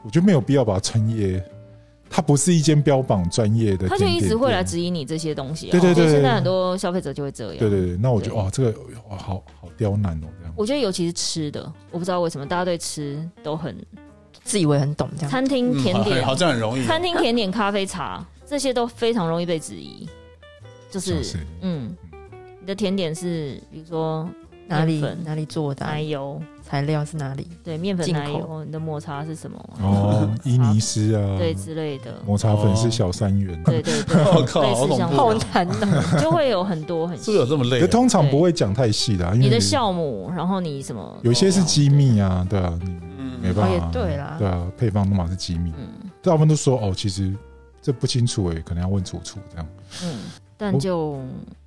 Speaker 1: 我觉得没有必要把专业它不是一间标榜专业的
Speaker 2: 他
Speaker 1: 甜
Speaker 2: 就
Speaker 1: 点
Speaker 2: 一
Speaker 1: 店，
Speaker 2: 直会来质疑你这些东西、啊。
Speaker 1: 对对对
Speaker 2: 就现
Speaker 1: 对
Speaker 2: 在很多消费者就会这样。
Speaker 1: 对对对，那我觉得
Speaker 2: 对
Speaker 1: 哇，这个哇，好好刁难哦，这样。
Speaker 2: 我觉得尤其是吃的，我不知道为什么大家对吃都很
Speaker 1: 嗯
Speaker 3: 自以为很懂这样。
Speaker 2: 餐厅
Speaker 4: 嗯
Speaker 2: 甜点、
Speaker 4: 好好像很容易。
Speaker 2: 餐厅甜点、咖啡茶这些都非常容易被质疑，就是
Speaker 1: 像是
Speaker 2: 嗯，你的甜点是比如说
Speaker 3: 哪里
Speaker 2: 面粉
Speaker 3: 哪里做的啊、
Speaker 2: 奶油，
Speaker 3: 材料是哪里？
Speaker 2: 对，面粉
Speaker 3: 进口
Speaker 2: 奶油，你的抹茶是什么啊？
Speaker 1: 哦，伊尼斯啊，
Speaker 2: 对之类的，
Speaker 1: 抹茶粉是小三元，
Speaker 2: 哦对对对，
Speaker 4: 我靠，
Speaker 2: 类
Speaker 4: 好
Speaker 2: 似
Speaker 4: 恐
Speaker 2: 像
Speaker 4: 怖！啊
Speaker 3: 好难哦、
Speaker 2: 就会有很多很
Speaker 4: 是不是有这么累
Speaker 1: 可
Speaker 4: 啊？
Speaker 1: 通常不会讲太细的啊，因为
Speaker 2: 你的酵母，然后你什么
Speaker 1: 有些是机密啊，对啊，你
Speaker 4: 嗯
Speaker 1: 没办
Speaker 3: 哦
Speaker 1: 法，
Speaker 3: 也对啦
Speaker 1: 对啊，配方都嘛是机密，
Speaker 2: 嗯
Speaker 1: 大部分都说哦，其实这不清楚欸诶，可能要问主厨这样。
Speaker 2: 嗯，但就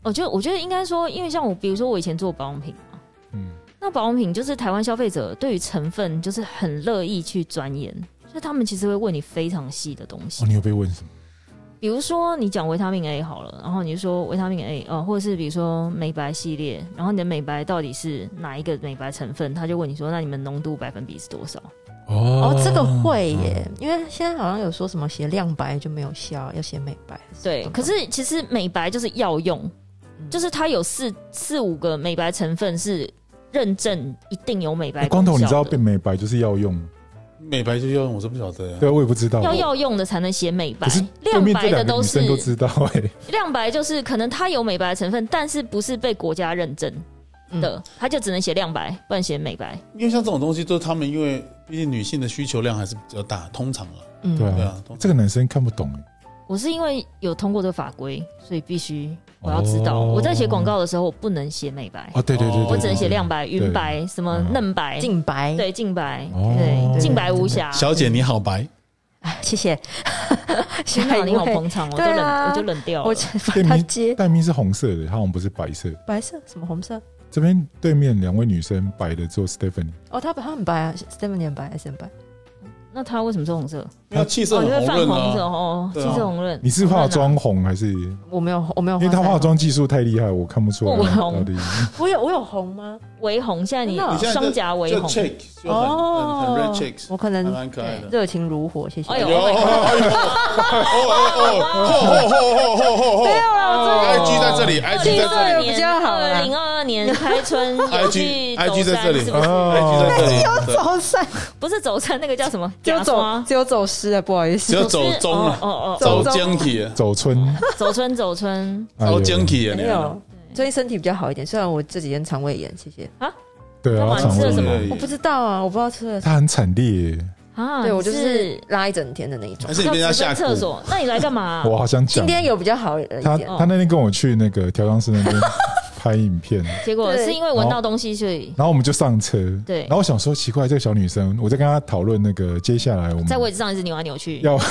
Speaker 2: 我觉得我觉得应该说，因为像我，比如说我以前做保养品嘛，
Speaker 1: 嗯，
Speaker 2: 那保养品就是台湾消费者对于成分就是很乐意去钻研，所以他们其实会问你非常细的东西
Speaker 1: 哦，，你有被问什么？
Speaker 2: 比如说你讲维他命 A 好了，然后你就说维他命 A 哦，或者是比如说美白系列，然后你的美白到底是哪一个美白成分，他就问你说，那你们浓度百分比是多少？
Speaker 1: 哦
Speaker 3: 哦，这个会耶，因为现在好像有说什么写亮白就没有效，要写美白。
Speaker 4: 嗯
Speaker 2: 对，可是其实美白就是药用，
Speaker 3: 嗯
Speaker 2: 就是它有四四五个美白成分是认证一定有美白
Speaker 1: 哎
Speaker 2: 功
Speaker 1: 光头，你知
Speaker 2: 效
Speaker 1: 道
Speaker 2: 的
Speaker 1: 变美白就是要用，
Speaker 4: 美白就要用，我真不晓得呀。
Speaker 1: 对啊，我也不知道，
Speaker 2: 要药用的才能写美白
Speaker 1: 可是，对
Speaker 2: 亮
Speaker 1: 面这
Speaker 2: 白的
Speaker 1: 两个
Speaker 2: 都
Speaker 1: 女
Speaker 2: 是嗯
Speaker 1: 生都知道哎，
Speaker 2: 亮白就是可能它有美白成分，但是不是被国家认证
Speaker 3: 嗯
Speaker 2: 的，
Speaker 4: 嗯
Speaker 2: 它就只能写亮白，不能写美白。
Speaker 4: 因为像这种东西，都是他们因为毕竟女性的需求量还是比较大，通常了，
Speaker 3: 嗯，
Speaker 1: 对
Speaker 4: 对
Speaker 1: 啊，
Speaker 4: 啊，通
Speaker 1: 这
Speaker 4: 常
Speaker 1: 个男生看不懂哎，
Speaker 2: 我是因为有通过这个法规，所以必须我要知道，
Speaker 1: 哦
Speaker 2: 我在写广告的时候我不能写美白，
Speaker 1: 哦，对对对对，
Speaker 4: 我
Speaker 2: 我只能写
Speaker 1: 对嗯
Speaker 2: 亮白、云白、什么嫩白、
Speaker 3: 净白。
Speaker 2: 对净白、
Speaker 1: 哦
Speaker 2: 对净白无瑕。
Speaker 4: 小姐你好白，
Speaker 3: 哎， 谢谢。
Speaker 2: 幸
Speaker 3: 下
Speaker 2: 好
Speaker 3: 一
Speaker 2: 你好
Speaker 3: 位，
Speaker 2: 捧场，我就
Speaker 3: 对
Speaker 2: 冷、
Speaker 3: 啊
Speaker 2: 我就冷掉
Speaker 3: 我
Speaker 2: 了。
Speaker 3: 把
Speaker 1: 对
Speaker 3: 它
Speaker 1: 你
Speaker 3: 接
Speaker 1: 戴咪是红色的，它好像不是白色。
Speaker 3: 白色什么红色？
Speaker 1: 这边对面两位女生白的做 Stephanie，
Speaker 3: 哦，它它很白啊，Steven 也很白，S 很白。
Speaker 2: 那它为什么是红色？
Speaker 4: 因为气色
Speaker 2: 哦，
Speaker 4: 很
Speaker 2: 因为
Speaker 4: 红
Speaker 2: 泛
Speaker 4: 润
Speaker 2: 红色
Speaker 4: 啊。
Speaker 2: 哦，气
Speaker 4: 对啊
Speaker 2: 色红润。
Speaker 1: 你是化妆红还是？
Speaker 3: 我没有，我没有。
Speaker 1: 因为她化，妆技术太厉害，我看不出来
Speaker 2: 不
Speaker 1: 她
Speaker 2: 红
Speaker 1: 到底。
Speaker 3: 我有我有红吗？
Speaker 2: 微红，现在你
Speaker 3: 真的哦
Speaker 4: 你现在就
Speaker 2: 双颊微
Speaker 4: 就
Speaker 2: 红，
Speaker 4: cheek 就很
Speaker 3: 哦
Speaker 4: 很很 red cheeks，
Speaker 3: 我可
Speaker 4: 还
Speaker 3: 能
Speaker 4: 蛮可爱的。
Speaker 3: 热情如火，谢谢。
Speaker 2: 哎呦
Speaker 4: 有，哦哦哦哦哦哦哦！IG 在这里，IG 在这里
Speaker 3: 这个比较好啦
Speaker 2: 二零二二年开春 有去
Speaker 4: IG IG
Speaker 2: 走
Speaker 4: 在
Speaker 2: 山
Speaker 4: 这里
Speaker 2: 是不是？
Speaker 1: 哦
Speaker 4: ，IG 在这里，对
Speaker 3: 走散，
Speaker 2: 不是走山，那个叫什么？
Speaker 3: 只有走
Speaker 2: 夹
Speaker 3: 只有走失啊，不好意思
Speaker 4: 只。有走中
Speaker 2: 哦
Speaker 4: 了，
Speaker 2: 哦哦，
Speaker 4: 走江体，
Speaker 1: 走春，
Speaker 2: 走春走春，
Speaker 1: 哎呦
Speaker 4: 走江啊体，
Speaker 3: 没有，最近身体比较好一点，虽然我这几天肠胃炎，谢谢。
Speaker 1: 对啊，
Speaker 2: 干嘛
Speaker 1: 肠
Speaker 2: 你吃
Speaker 1: 胃
Speaker 2: 了什么
Speaker 1: 炎，
Speaker 3: 我不知道啊，我不知道吃了。
Speaker 1: 她很惨烈耶，
Speaker 2: 啊！
Speaker 3: 对我就
Speaker 2: 你
Speaker 3: 是拉一整天的那一种
Speaker 4: 还。是你被人家
Speaker 2: 要直
Speaker 4: 吓
Speaker 2: 奔厕
Speaker 4: 哭？
Speaker 2: 所，那你来 干嘛？
Speaker 1: 我好想讲
Speaker 3: 今。天有比哦较好一点，
Speaker 1: 她她那天跟我去那个调香师那边拍影片，
Speaker 2: 结果
Speaker 3: 对
Speaker 2: 是因为闻
Speaker 1: 哦
Speaker 2: 到东西，所以
Speaker 1: 然后我们就上车，
Speaker 2: 对
Speaker 1: 然后我想说奇怪，这个小女生，我在跟她讨论那个接下来我们
Speaker 2: 在位置上一直扭来扭去。
Speaker 1: 要
Speaker 3: 没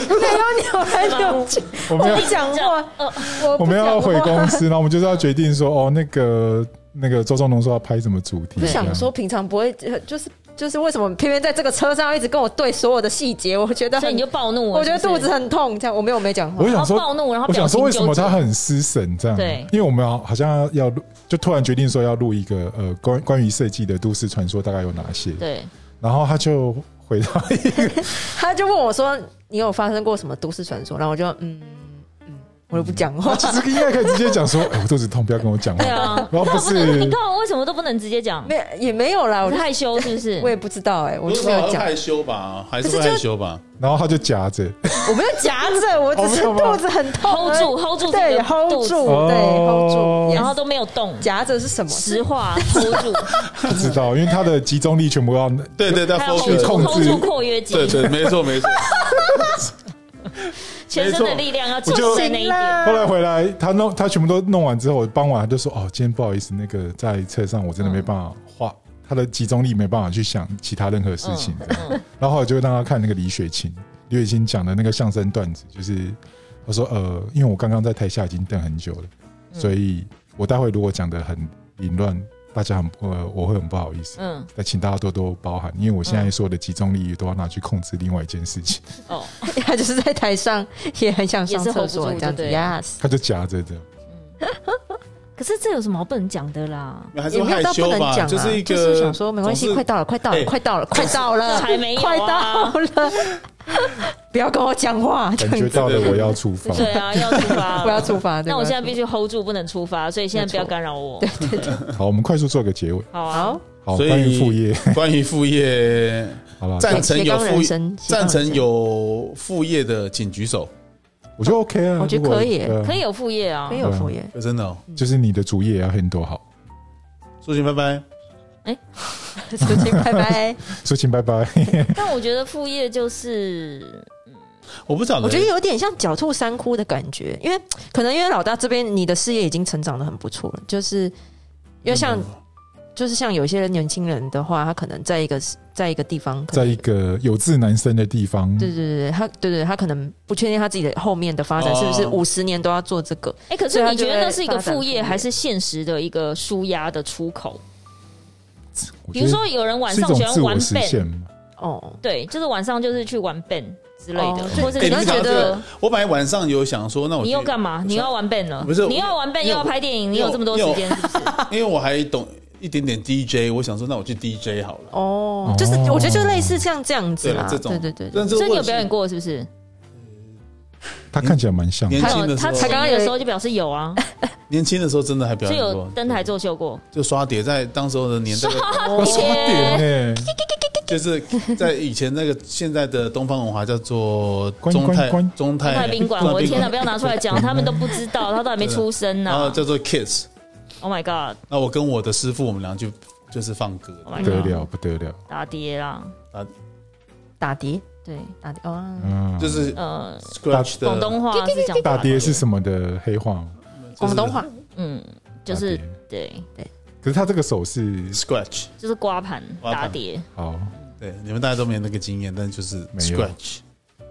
Speaker 3: 有扭来扭去，
Speaker 1: 我
Speaker 3: 我
Speaker 1: 们要
Speaker 3: 不讲
Speaker 2: 这样
Speaker 3: 话，
Speaker 2: 呃，
Speaker 3: 我
Speaker 1: 我
Speaker 3: 不
Speaker 1: 们
Speaker 3: 讲
Speaker 1: 要回
Speaker 3: 话。
Speaker 1: 公司，然后我们就是要决定说哦，那个那个周仲农说要拍什么主题，啊
Speaker 3: 不
Speaker 1: 这
Speaker 3: 想
Speaker 1: 样
Speaker 3: 说，平常不会，呃就是就是为什么偏偏在这个车上一直跟我对所有的细节？我觉得很，
Speaker 2: 所以你就暴怒了，啊
Speaker 3: 我觉得
Speaker 2: 是不
Speaker 3: 肚
Speaker 2: 是
Speaker 3: 子很痛，这样我没有没讲话
Speaker 1: 我。想说
Speaker 2: 然后暴怒，然后
Speaker 1: 我想说，为什么他
Speaker 2: 表情纠结
Speaker 1: 很失神这样？
Speaker 2: 对
Speaker 1: 因为我们好好像要录，就突然决定说要录一个呃关关于设计的都市传说大概有哪些，
Speaker 2: 对
Speaker 1: 然后他就回到一个。
Speaker 3: 他就问我说：“你有发生过什么都市传说？”然后我就嗯嗯，我都不讲话
Speaker 1: 其 实应该可以直接讲说，哎、我肚子痛，不要跟我讲话。
Speaker 2: 对啊？
Speaker 1: 然后不
Speaker 2: 那 你
Speaker 1: 是
Speaker 2: 看我为什么都不能直接讲？
Speaker 3: 没也没有啦，我
Speaker 2: 我
Speaker 3: 就
Speaker 2: 害羞是不是
Speaker 3: 我？也不知道哎、我
Speaker 4: 不
Speaker 3: 就是没有
Speaker 4: 说
Speaker 3: 讲，
Speaker 4: 害羞吧，还是
Speaker 3: 可
Speaker 4: 会
Speaker 3: 是就
Speaker 4: 害羞吧？
Speaker 1: 然后他就夹着，
Speaker 3: 我没有夹 着，我只是
Speaker 1: 哦没有吗
Speaker 3: 肚子很痛而
Speaker 2: hold
Speaker 3: 已
Speaker 2: 住 hold 住
Speaker 3: 对
Speaker 2: 这个
Speaker 3: ，hold
Speaker 2: 肚子
Speaker 3: 住，
Speaker 1: 哦
Speaker 3: 对，hold 住，
Speaker 2: 然
Speaker 3: 然
Speaker 2: 后
Speaker 3: 后
Speaker 2: 都没有动，
Speaker 3: 夹着是什么？
Speaker 2: 实话 hold 住，
Speaker 1: 不知道，因为他的集中力全部要
Speaker 4: 对对对
Speaker 2: 还有
Speaker 1: 去
Speaker 2: hold 住
Speaker 1: 控
Speaker 4: focus，
Speaker 1: 制
Speaker 2: hold 住括约
Speaker 4: 对
Speaker 2: 肌，
Speaker 4: 对，没错没错。
Speaker 2: 全身
Speaker 4: 没
Speaker 2: 的
Speaker 4: 错
Speaker 2: 力量要
Speaker 1: 就
Speaker 2: 集中在那一点。
Speaker 1: 后来回来，他弄他全部都弄完之后，傍晚他就说：“哦，今天不好意思，那个在车上我真的没办法画，他的集中力没办法去想其他任何事情。这样然后后来就让他看那个李雪琴，李雪琴讲的那个相声段子，就是他说：“呃，因为我刚刚在台下已经等很久了，所以我待会如果讲的很凌乱，大家很呃我会很不好意思。”
Speaker 2: 嗯，
Speaker 1: 那请大家多多包涵，因为我现在所有的集中力都要拿去控制另外一件事情，
Speaker 2: 哦，
Speaker 3: 他就是在台上也很想上厕所
Speaker 2: 也是 hold 不住
Speaker 3: 这样子
Speaker 2: 对
Speaker 3: ，yes。
Speaker 1: 他就夹着这样。
Speaker 2: 可是这有什么好不能讲的啦？
Speaker 4: 还是
Speaker 3: 也
Speaker 4: 会
Speaker 3: 没有
Speaker 4: 害
Speaker 3: 到不
Speaker 4: 羞
Speaker 3: 能
Speaker 4: 吧，
Speaker 3: 讲啊，
Speaker 4: 就
Speaker 3: 就是
Speaker 4: 一个
Speaker 3: 想说没关系，
Speaker 4: 总是
Speaker 3: 快到了，快到了，
Speaker 4: 哎
Speaker 3: 快到了，快到了，
Speaker 2: 才没有啊
Speaker 3: 快到了，不要跟我讲话，这
Speaker 1: 感觉
Speaker 3: 样子
Speaker 1: 到了我要出发，
Speaker 2: 对啊，要出发了，
Speaker 3: 我要出发。对
Speaker 2: 那我
Speaker 3: 吧
Speaker 2: 现在必须 hold 住，不能出发，所以现在不要干扰我。
Speaker 1: 好，我们快速做个结尾。
Speaker 2: 好啊，
Speaker 3: 好，
Speaker 1: 好，
Speaker 4: 所以
Speaker 1: 关于副业，
Speaker 4: 关于副业，
Speaker 1: 好了，
Speaker 4: 赞成
Speaker 3: 斜
Speaker 4: 有
Speaker 3: 杠
Speaker 4: 副
Speaker 3: 人
Speaker 4: 业，
Speaker 3: 生，斜杠
Speaker 4: 赞
Speaker 3: 人生
Speaker 4: 成有副业的请举手，
Speaker 1: 我觉得 OK 啊，
Speaker 3: 我觉得
Speaker 1: 如果
Speaker 3: 可以
Speaker 1: 对啊
Speaker 2: 可以有副业啊
Speaker 3: 可以。有副业，
Speaker 4: 真的哦。
Speaker 1: 就是你的主业也要 handle 好。
Speaker 4: 苏晴，拜拜。
Speaker 3: 苏晴，拜拜。
Speaker 1: 苏晴，拜拜。
Speaker 2: 但我觉得副业就是，
Speaker 4: 我不晓得，
Speaker 3: 我觉得有点像狡兔三窟的感觉，因为可能因为老大这边你的事业已经成长的很不错了，就是因为像就是像有些人年轻人的话，他可能在一个在一个地方，可
Speaker 1: 在
Speaker 3: 能
Speaker 1: 一个有志难伸的地方，
Speaker 3: 对对对，对他对对，他可能不确定他自己的后面的发展
Speaker 4: 哦
Speaker 3: 是不是五十年都要做这个，
Speaker 2: 哎，可
Speaker 3: 所以
Speaker 2: 是
Speaker 3: 他
Speaker 2: 你觉
Speaker 3: 就
Speaker 2: 得那
Speaker 3: 在
Speaker 2: 是一个
Speaker 3: 发展
Speaker 2: 副
Speaker 3: 副
Speaker 2: 业，
Speaker 3: 业
Speaker 2: 还是现实的一个舒压的出口？
Speaker 1: 我
Speaker 2: 比
Speaker 1: 觉
Speaker 2: 如
Speaker 1: 得
Speaker 2: 说，有人晚
Speaker 1: 是一
Speaker 2: 上
Speaker 1: 种
Speaker 2: 喜
Speaker 1: 自
Speaker 2: 欢玩
Speaker 1: 我实
Speaker 2: band，
Speaker 1: 现嘛。
Speaker 3: 哦，
Speaker 2: 对，就是晚上就是去玩 band 之类的
Speaker 3: 哦，
Speaker 2: 或者
Speaker 4: 哎
Speaker 2: 你
Speaker 4: 你
Speaker 2: 就
Speaker 4: 讲
Speaker 2: 觉
Speaker 4: 到这
Speaker 2: 得
Speaker 4: 个，我本来晚上有想说，那我
Speaker 2: 你
Speaker 4: 去
Speaker 2: 又干嘛？你又要玩 band 了？
Speaker 4: 不是
Speaker 2: 你又要玩 band
Speaker 4: 因
Speaker 2: 又要
Speaker 4: 为
Speaker 2: 拍电影，你有这么多
Speaker 4: 因为
Speaker 2: 时
Speaker 4: 我
Speaker 2: 间是不 是？
Speaker 4: 因为我还懂一点点 DJ，我想说，那我去 DJ 好了。
Speaker 3: 哦，就是
Speaker 1: 哦
Speaker 3: 我觉得就类似像这样子啦，
Speaker 4: 对这种
Speaker 3: 对对对对
Speaker 4: 但是
Speaker 2: 所以你有
Speaker 4: 我
Speaker 2: 表演过是不是？
Speaker 1: 他看起来蛮像的，
Speaker 4: 年
Speaker 2: 他
Speaker 4: 轻
Speaker 2: 有
Speaker 4: 的时
Speaker 2: 他
Speaker 4: 候，
Speaker 2: 才
Speaker 3: 才
Speaker 2: 刚
Speaker 3: 刚
Speaker 2: 刚
Speaker 3: 刚
Speaker 2: 的
Speaker 3: 有
Speaker 2: 时候就表示有 啊，
Speaker 4: 年轻的时候真的还表
Speaker 2: 就
Speaker 4: 演过，
Speaker 2: 有登台作秀过。
Speaker 4: 就刷碟，在当时候的年代，
Speaker 1: 哇刷点呢，
Speaker 4: 就是在以前那个现在的东方文化叫做
Speaker 1: 关
Speaker 4: 中泰
Speaker 1: 关关
Speaker 4: 中
Speaker 2: 中
Speaker 4: 泰
Speaker 2: 泰宾馆，
Speaker 4: 中泰
Speaker 2: 我的天哪，
Speaker 4: 馆
Speaker 2: 不要拿出来讲，他们都不知道，他都还没出生
Speaker 4: 然后
Speaker 2: 呢。
Speaker 4: 叫做 Kiss。
Speaker 2: Oh my god，
Speaker 4: 那我跟我的师傅，我们俩就就是放歌
Speaker 2: Oh
Speaker 1: 不
Speaker 2: my
Speaker 1: 得
Speaker 2: god，
Speaker 1: 了，不得了，
Speaker 2: 打碟啦，
Speaker 3: 打碟
Speaker 2: 对，
Speaker 3: 打碟哦，
Speaker 1: 嗯，
Speaker 4: 就是
Speaker 2: 呃，
Speaker 4: Scratch 的
Speaker 2: 广东话是讲
Speaker 1: 大爹
Speaker 2: 爹
Speaker 1: 是，什么的黑话吗？
Speaker 3: 广东话
Speaker 2: 嗯，就
Speaker 1: 大
Speaker 2: 是
Speaker 1: 爹
Speaker 2: 对，
Speaker 1: 可是他这个手是
Speaker 4: Scratch。
Speaker 2: 就是刮盘
Speaker 4: 刮盘
Speaker 2: 打碟。
Speaker 1: 好，
Speaker 4: 对，你们大家都没那个经验，但就是
Speaker 1: 没有
Speaker 4: Scratch。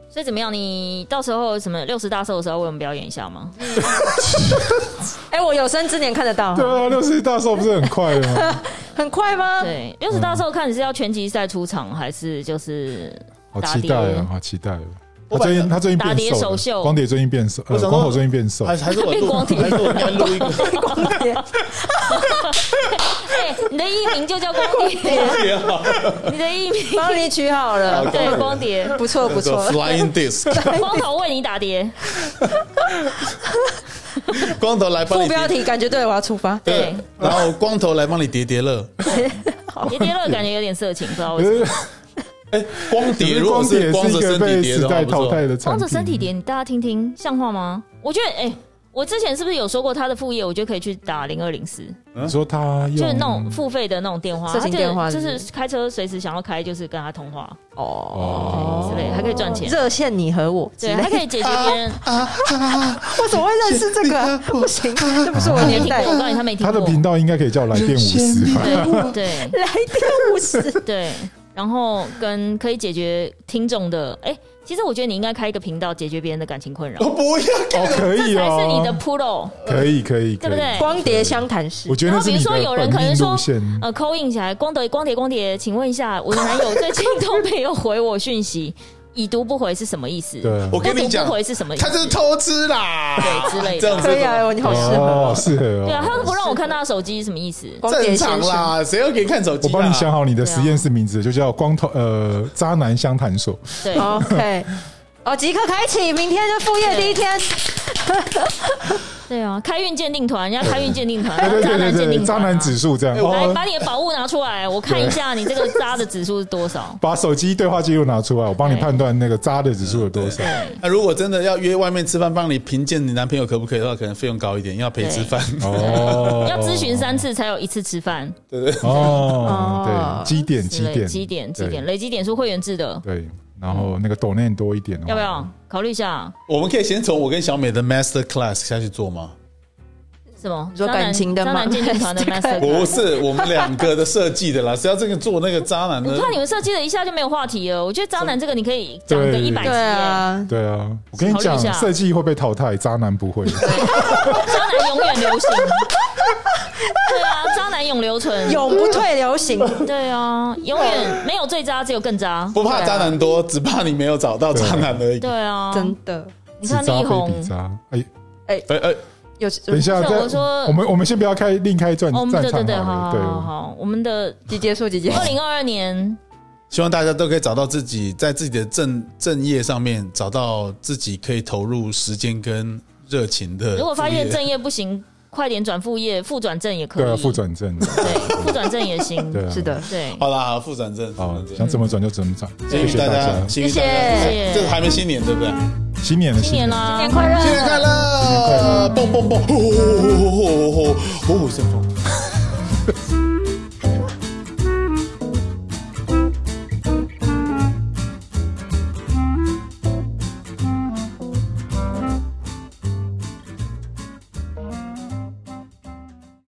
Speaker 2: 所以怎么样？你到时候什么六十大寿的时候为我们表演一下吗？
Speaker 3: 哎，我有生之年看得到，
Speaker 1: 对啊，六十大寿不是很快了 吗？
Speaker 3: 很快吗？
Speaker 2: 对，六十大寿看你是要全集赛出场，还是就是
Speaker 1: 好
Speaker 2: 打
Speaker 1: 期待
Speaker 2: 碟
Speaker 1: 啊，好期待哦。他
Speaker 4: 我本
Speaker 1: 最
Speaker 4: 来
Speaker 1: 近他最近
Speaker 2: 打碟
Speaker 1: 变
Speaker 2: 手
Speaker 1: 瘦了，
Speaker 2: 秀
Speaker 1: 光碟最近变瘦，
Speaker 4: 我
Speaker 1: 呃，
Speaker 4: 想
Speaker 1: 光
Speaker 4: 说
Speaker 1: 头最近变瘦
Speaker 4: 还，还是我
Speaker 2: 变
Speaker 4: 录，
Speaker 2: 光碟
Speaker 4: 还是我应该录 一个
Speaker 3: 光碟
Speaker 2: 哎、你的艺名就叫光 碟，
Speaker 4: 光碟好了
Speaker 2: 你的艺名
Speaker 3: 帮你取好了，
Speaker 2: 对光 碟，
Speaker 3: 不错不错
Speaker 4: 叫做，，Flying Disc，
Speaker 2: 光头为你打碟，
Speaker 4: 光头来帮
Speaker 3: 副
Speaker 4: 你
Speaker 3: 标
Speaker 4: 叠，
Speaker 3: 题感觉对我要出发，
Speaker 2: 对，
Speaker 4: 然后光头来帮你叠叠乐。
Speaker 2: 叠叠乐感觉有点色情，不知道 为什么。
Speaker 1: 呃
Speaker 4: 哎，光碟如果
Speaker 1: 光碟
Speaker 4: 是光
Speaker 1: 是一
Speaker 4: 着
Speaker 1: 个
Speaker 4: 身
Speaker 1: 被
Speaker 4: 体叠
Speaker 1: 时
Speaker 4: 的话，
Speaker 1: 代
Speaker 4: 不错
Speaker 1: 淘。汰的产
Speaker 2: 光
Speaker 1: 品，
Speaker 2: 着身体叠，你大家听听，像话吗？我觉得，哎、我之前是不是有说过他的副业？我觉得可以去打零二零四，
Speaker 1: 你说他
Speaker 2: 嗯就是
Speaker 1: 用
Speaker 2: 那种付费的那种电话，
Speaker 3: 色情电话
Speaker 2: 他就是
Speaker 3: 不是
Speaker 2: 就是开车随时想要开，就是跟他通话
Speaker 1: 哦
Speaker 2: 之类的，还可以赚钱。
Speaker 3: 热线你和我，
Speaker 2: 对，还可以解决别人。
Speaker 3: 我怎么会认识这个啊？不行，这不是我
Speaker 2: 他没
Speaker 3: 的年
Speaker 2: 听过，
Speaker 3: 代。
Speaker 2: 我告诉你，他没听
Speaker 1: 他的
Speaker 2: 过。
Speaker 1: 频道应该可以叫来电五十吧？
Speaker 2: 对对，
Speaker 3: 来电五十，
Speaker 2: 对，然后跟可以解决听众的，哎、其实我觉得你应该开一个频道解决别人的感情困扰，
Speaker 4: 我不要，
Speaker 1: 哦，可
Speaker 2: 这
Speaker 1: 以
Speaker 2: 才
Speaker 1: 哦，
Speaker 2: 是你的 pro。
Speaker 1: 可以可以，
Speaker 2: 对不对
Speaker 1: 可以
Speaker 3: 光碟相谈室
Speaker 1: 我，觉得那是你的
Speaker 2: 然后比如说有人可
Speaker 1: 本
Speaker 2: 能
Speaker 1: 命
Speaker 2: 说
Speaker 1: 路线，
Speaker 2: 呃，扣印起来，光德光碟光碟，请问一下，我的男友最近都没有回我讯息，已读不回是什么意思？
Speaker 1: 对啊
Speaker 4: 我
Speaker 2: 多
Speaker 4: 跟
Speaker 2: 读
Speaker 4: 你讲
Speaker 2: 不，回是什么意
Speaker 4: 他
Speaker 2: 思？
Speaker 4: 就是偷吃啦，
Speaker 2: 对之类的
Speaker 4: 这样子
Speaker 3: 可以啊，
Speaker 2: 呃
Speaker 3: 你好适合
Speaker 1: 哦，
Speaker 3: 哦，
Speaker 1: 适合哦。
Speaker 2: 对啊，他都不让我看他的手机，什么意思？
Speaker 3: 光碟
Speaker 4: 正
Speaker 3: 先
Speaker 4: 常
Speaker 3: 生。
Speaker 4: 啦，谁要给你看手机？
Speaker 1: 我帮你想，好你的
Speaker 2: 啊
Speaker 1: 实验室名字，就叫光头呃渣男相谈所。
Speaker 2: 对，
Speaker 3: OK，哦，即刻开启，明天就副业第一天，
Speaker 2: 对啊，开运鉴定团，人家开运鉴定团，
Speaker 1: 对对
Speaker 2: 渣
Speaker 1: 对
Speaker 2: 男鉴
Speaker 1: 对
Speaker 2: 定
Speaker 1: 对，渣
Speaker 2: 团啊
Speaker 1: 男指数这样。
Speaker 2: 来
Speaker 1: 哦
Speaker 2: 把，你的宝物拿出来，我看一下你这个渣的指数是多少。
Speaker 1: 把手机对话记录拿出来，我帮你
Speaker 2: 对
Speaker 1: 判断那个渣的指数有多少。
Speaker 4: 那如果真的要约外面吃饭，帮你评鉴你男朋友可不可以的话，可能费用高一点，要陪吃饭。
Speaker 1: 哦，
Speaker 2: 要咨询三次才有一次吃饭，
Speaker 4: 对对，
Speaker 1: 哦
Speaker 3: 哦，
Speaker 1: 对，积点
Speaker 2: 之
Speaker 1: 积
Speaker 2: 类
Speaker 1: 点
Speaker 2: 几点几点
Speaker 1: 对
Speaker 2: 累积点数会员制的，
Speaker 1: 对，然后那个抖内多一点，
Speaker 2: 嗯
Speaker 1: 哦
Speaker 2: 要不要？考虑一下？
Speaker 4: 我们可以先从我跟小美的 master class 下去做吗？
Speaker 2: 什么？
Speaker 3: 你说感情的
Speaker 2: 渣
Speaker 3: 吗
Speaker 2: 男鉴定团 的 master？
Speaker 4: 不是，我们两个的设计的啦，是要这个做那个渣男的
Speaker 2: 你。看你们设计了一下就没有话题了。我觉得渣男这个你可以讲个
Speaker 1: 对
Speaker 2: 一百集
Speaker 3: 对
Speaker 2: 耶，
Speaker 3: 啊，
Speaker 1: 对啊，我跟你
Speaker 2: 考
Speaker 1: 讲
Speaker 2: 虑一下，
Speaker 1: 设计会被淘汰，渣男不会。
Speaker 2: 渣男永远流行。对啊，渣男永留存。
Speaker 3: 永不退流行，
Speaker 2: 对啊，永远没有最渣，只有更渣。
Speaker 4: 不怕渣男多，只怕你没有找到渣男而已。
Speaker 2: 对啊，
Speaker 3: 真的，
Speaker 2: 你看
Speaker 1: 此渣
Speaker 2: 力
Speaker 1: 非
Speaker 2: 宏
Speaker 1: 彼，渣，哎，
Speaker 4: 哎哎，
Speaker 3: 有
Speaker 1: 等一下
Speaker 2: 不是啊
Speaker 1: 再，
Speaker 2: 我说
Speaker 1: 我们我们先不要开另开战
Speaker 2: 哦，我们
Speaker 1: 战
Speaker 2: 对对
Speaker 1: 场
Speaker 2: 对，
Speaker 1: 好
Speaker 2: 好好好
Speaker 1: 了，
Speaker 2: 好，我们的
Speaker 3: 集结束集结束
Speaker 2: 二
Speaker 1: 哦
Speaker 2: 零二二年
Speaker 4: 希望大家都可以找到自己在自己的正正业上面找到自己可以投入时间跟热情的副业。
Speaker 2: 如果发现正业不行，快点转副业，副转正也可
Speaker 1: 对
Speaker 2: 以。
Speaker 1: 对啊，副转正，
Speaker 2: 对，副转正也行。
Speaker 1: 对啊，
Speaker 3: 是的，
Speaker 2: 对，
Speaker 4: 好啦，好副转正，副
Speaker 1: 好
Speaker 4: 转，正
Speaker 1: 想怎么转就怎么转，
Speaker 4: 谢
Speaker 1: 谢
Speaker 4: 谢
Speaker 1: 谢
Speaker 4: 大
Speaker 1: 大
Speaker 4: 家，
Speaker 1: 家，
Speaker 4: 谢谢大
Speaker 3: 谢
Speaker 4: 家，
Speaker 2: 谢
Speaker 4: 这还没新年对不对？
Speaker 1: 新年的
Speaker 2: 新年啦，
Speaker 3: 新年快乐，
Speaker 4: 新年快乐，蹦蹦蹦，呼呼呼呼呼呼呼呼呼呼，先风。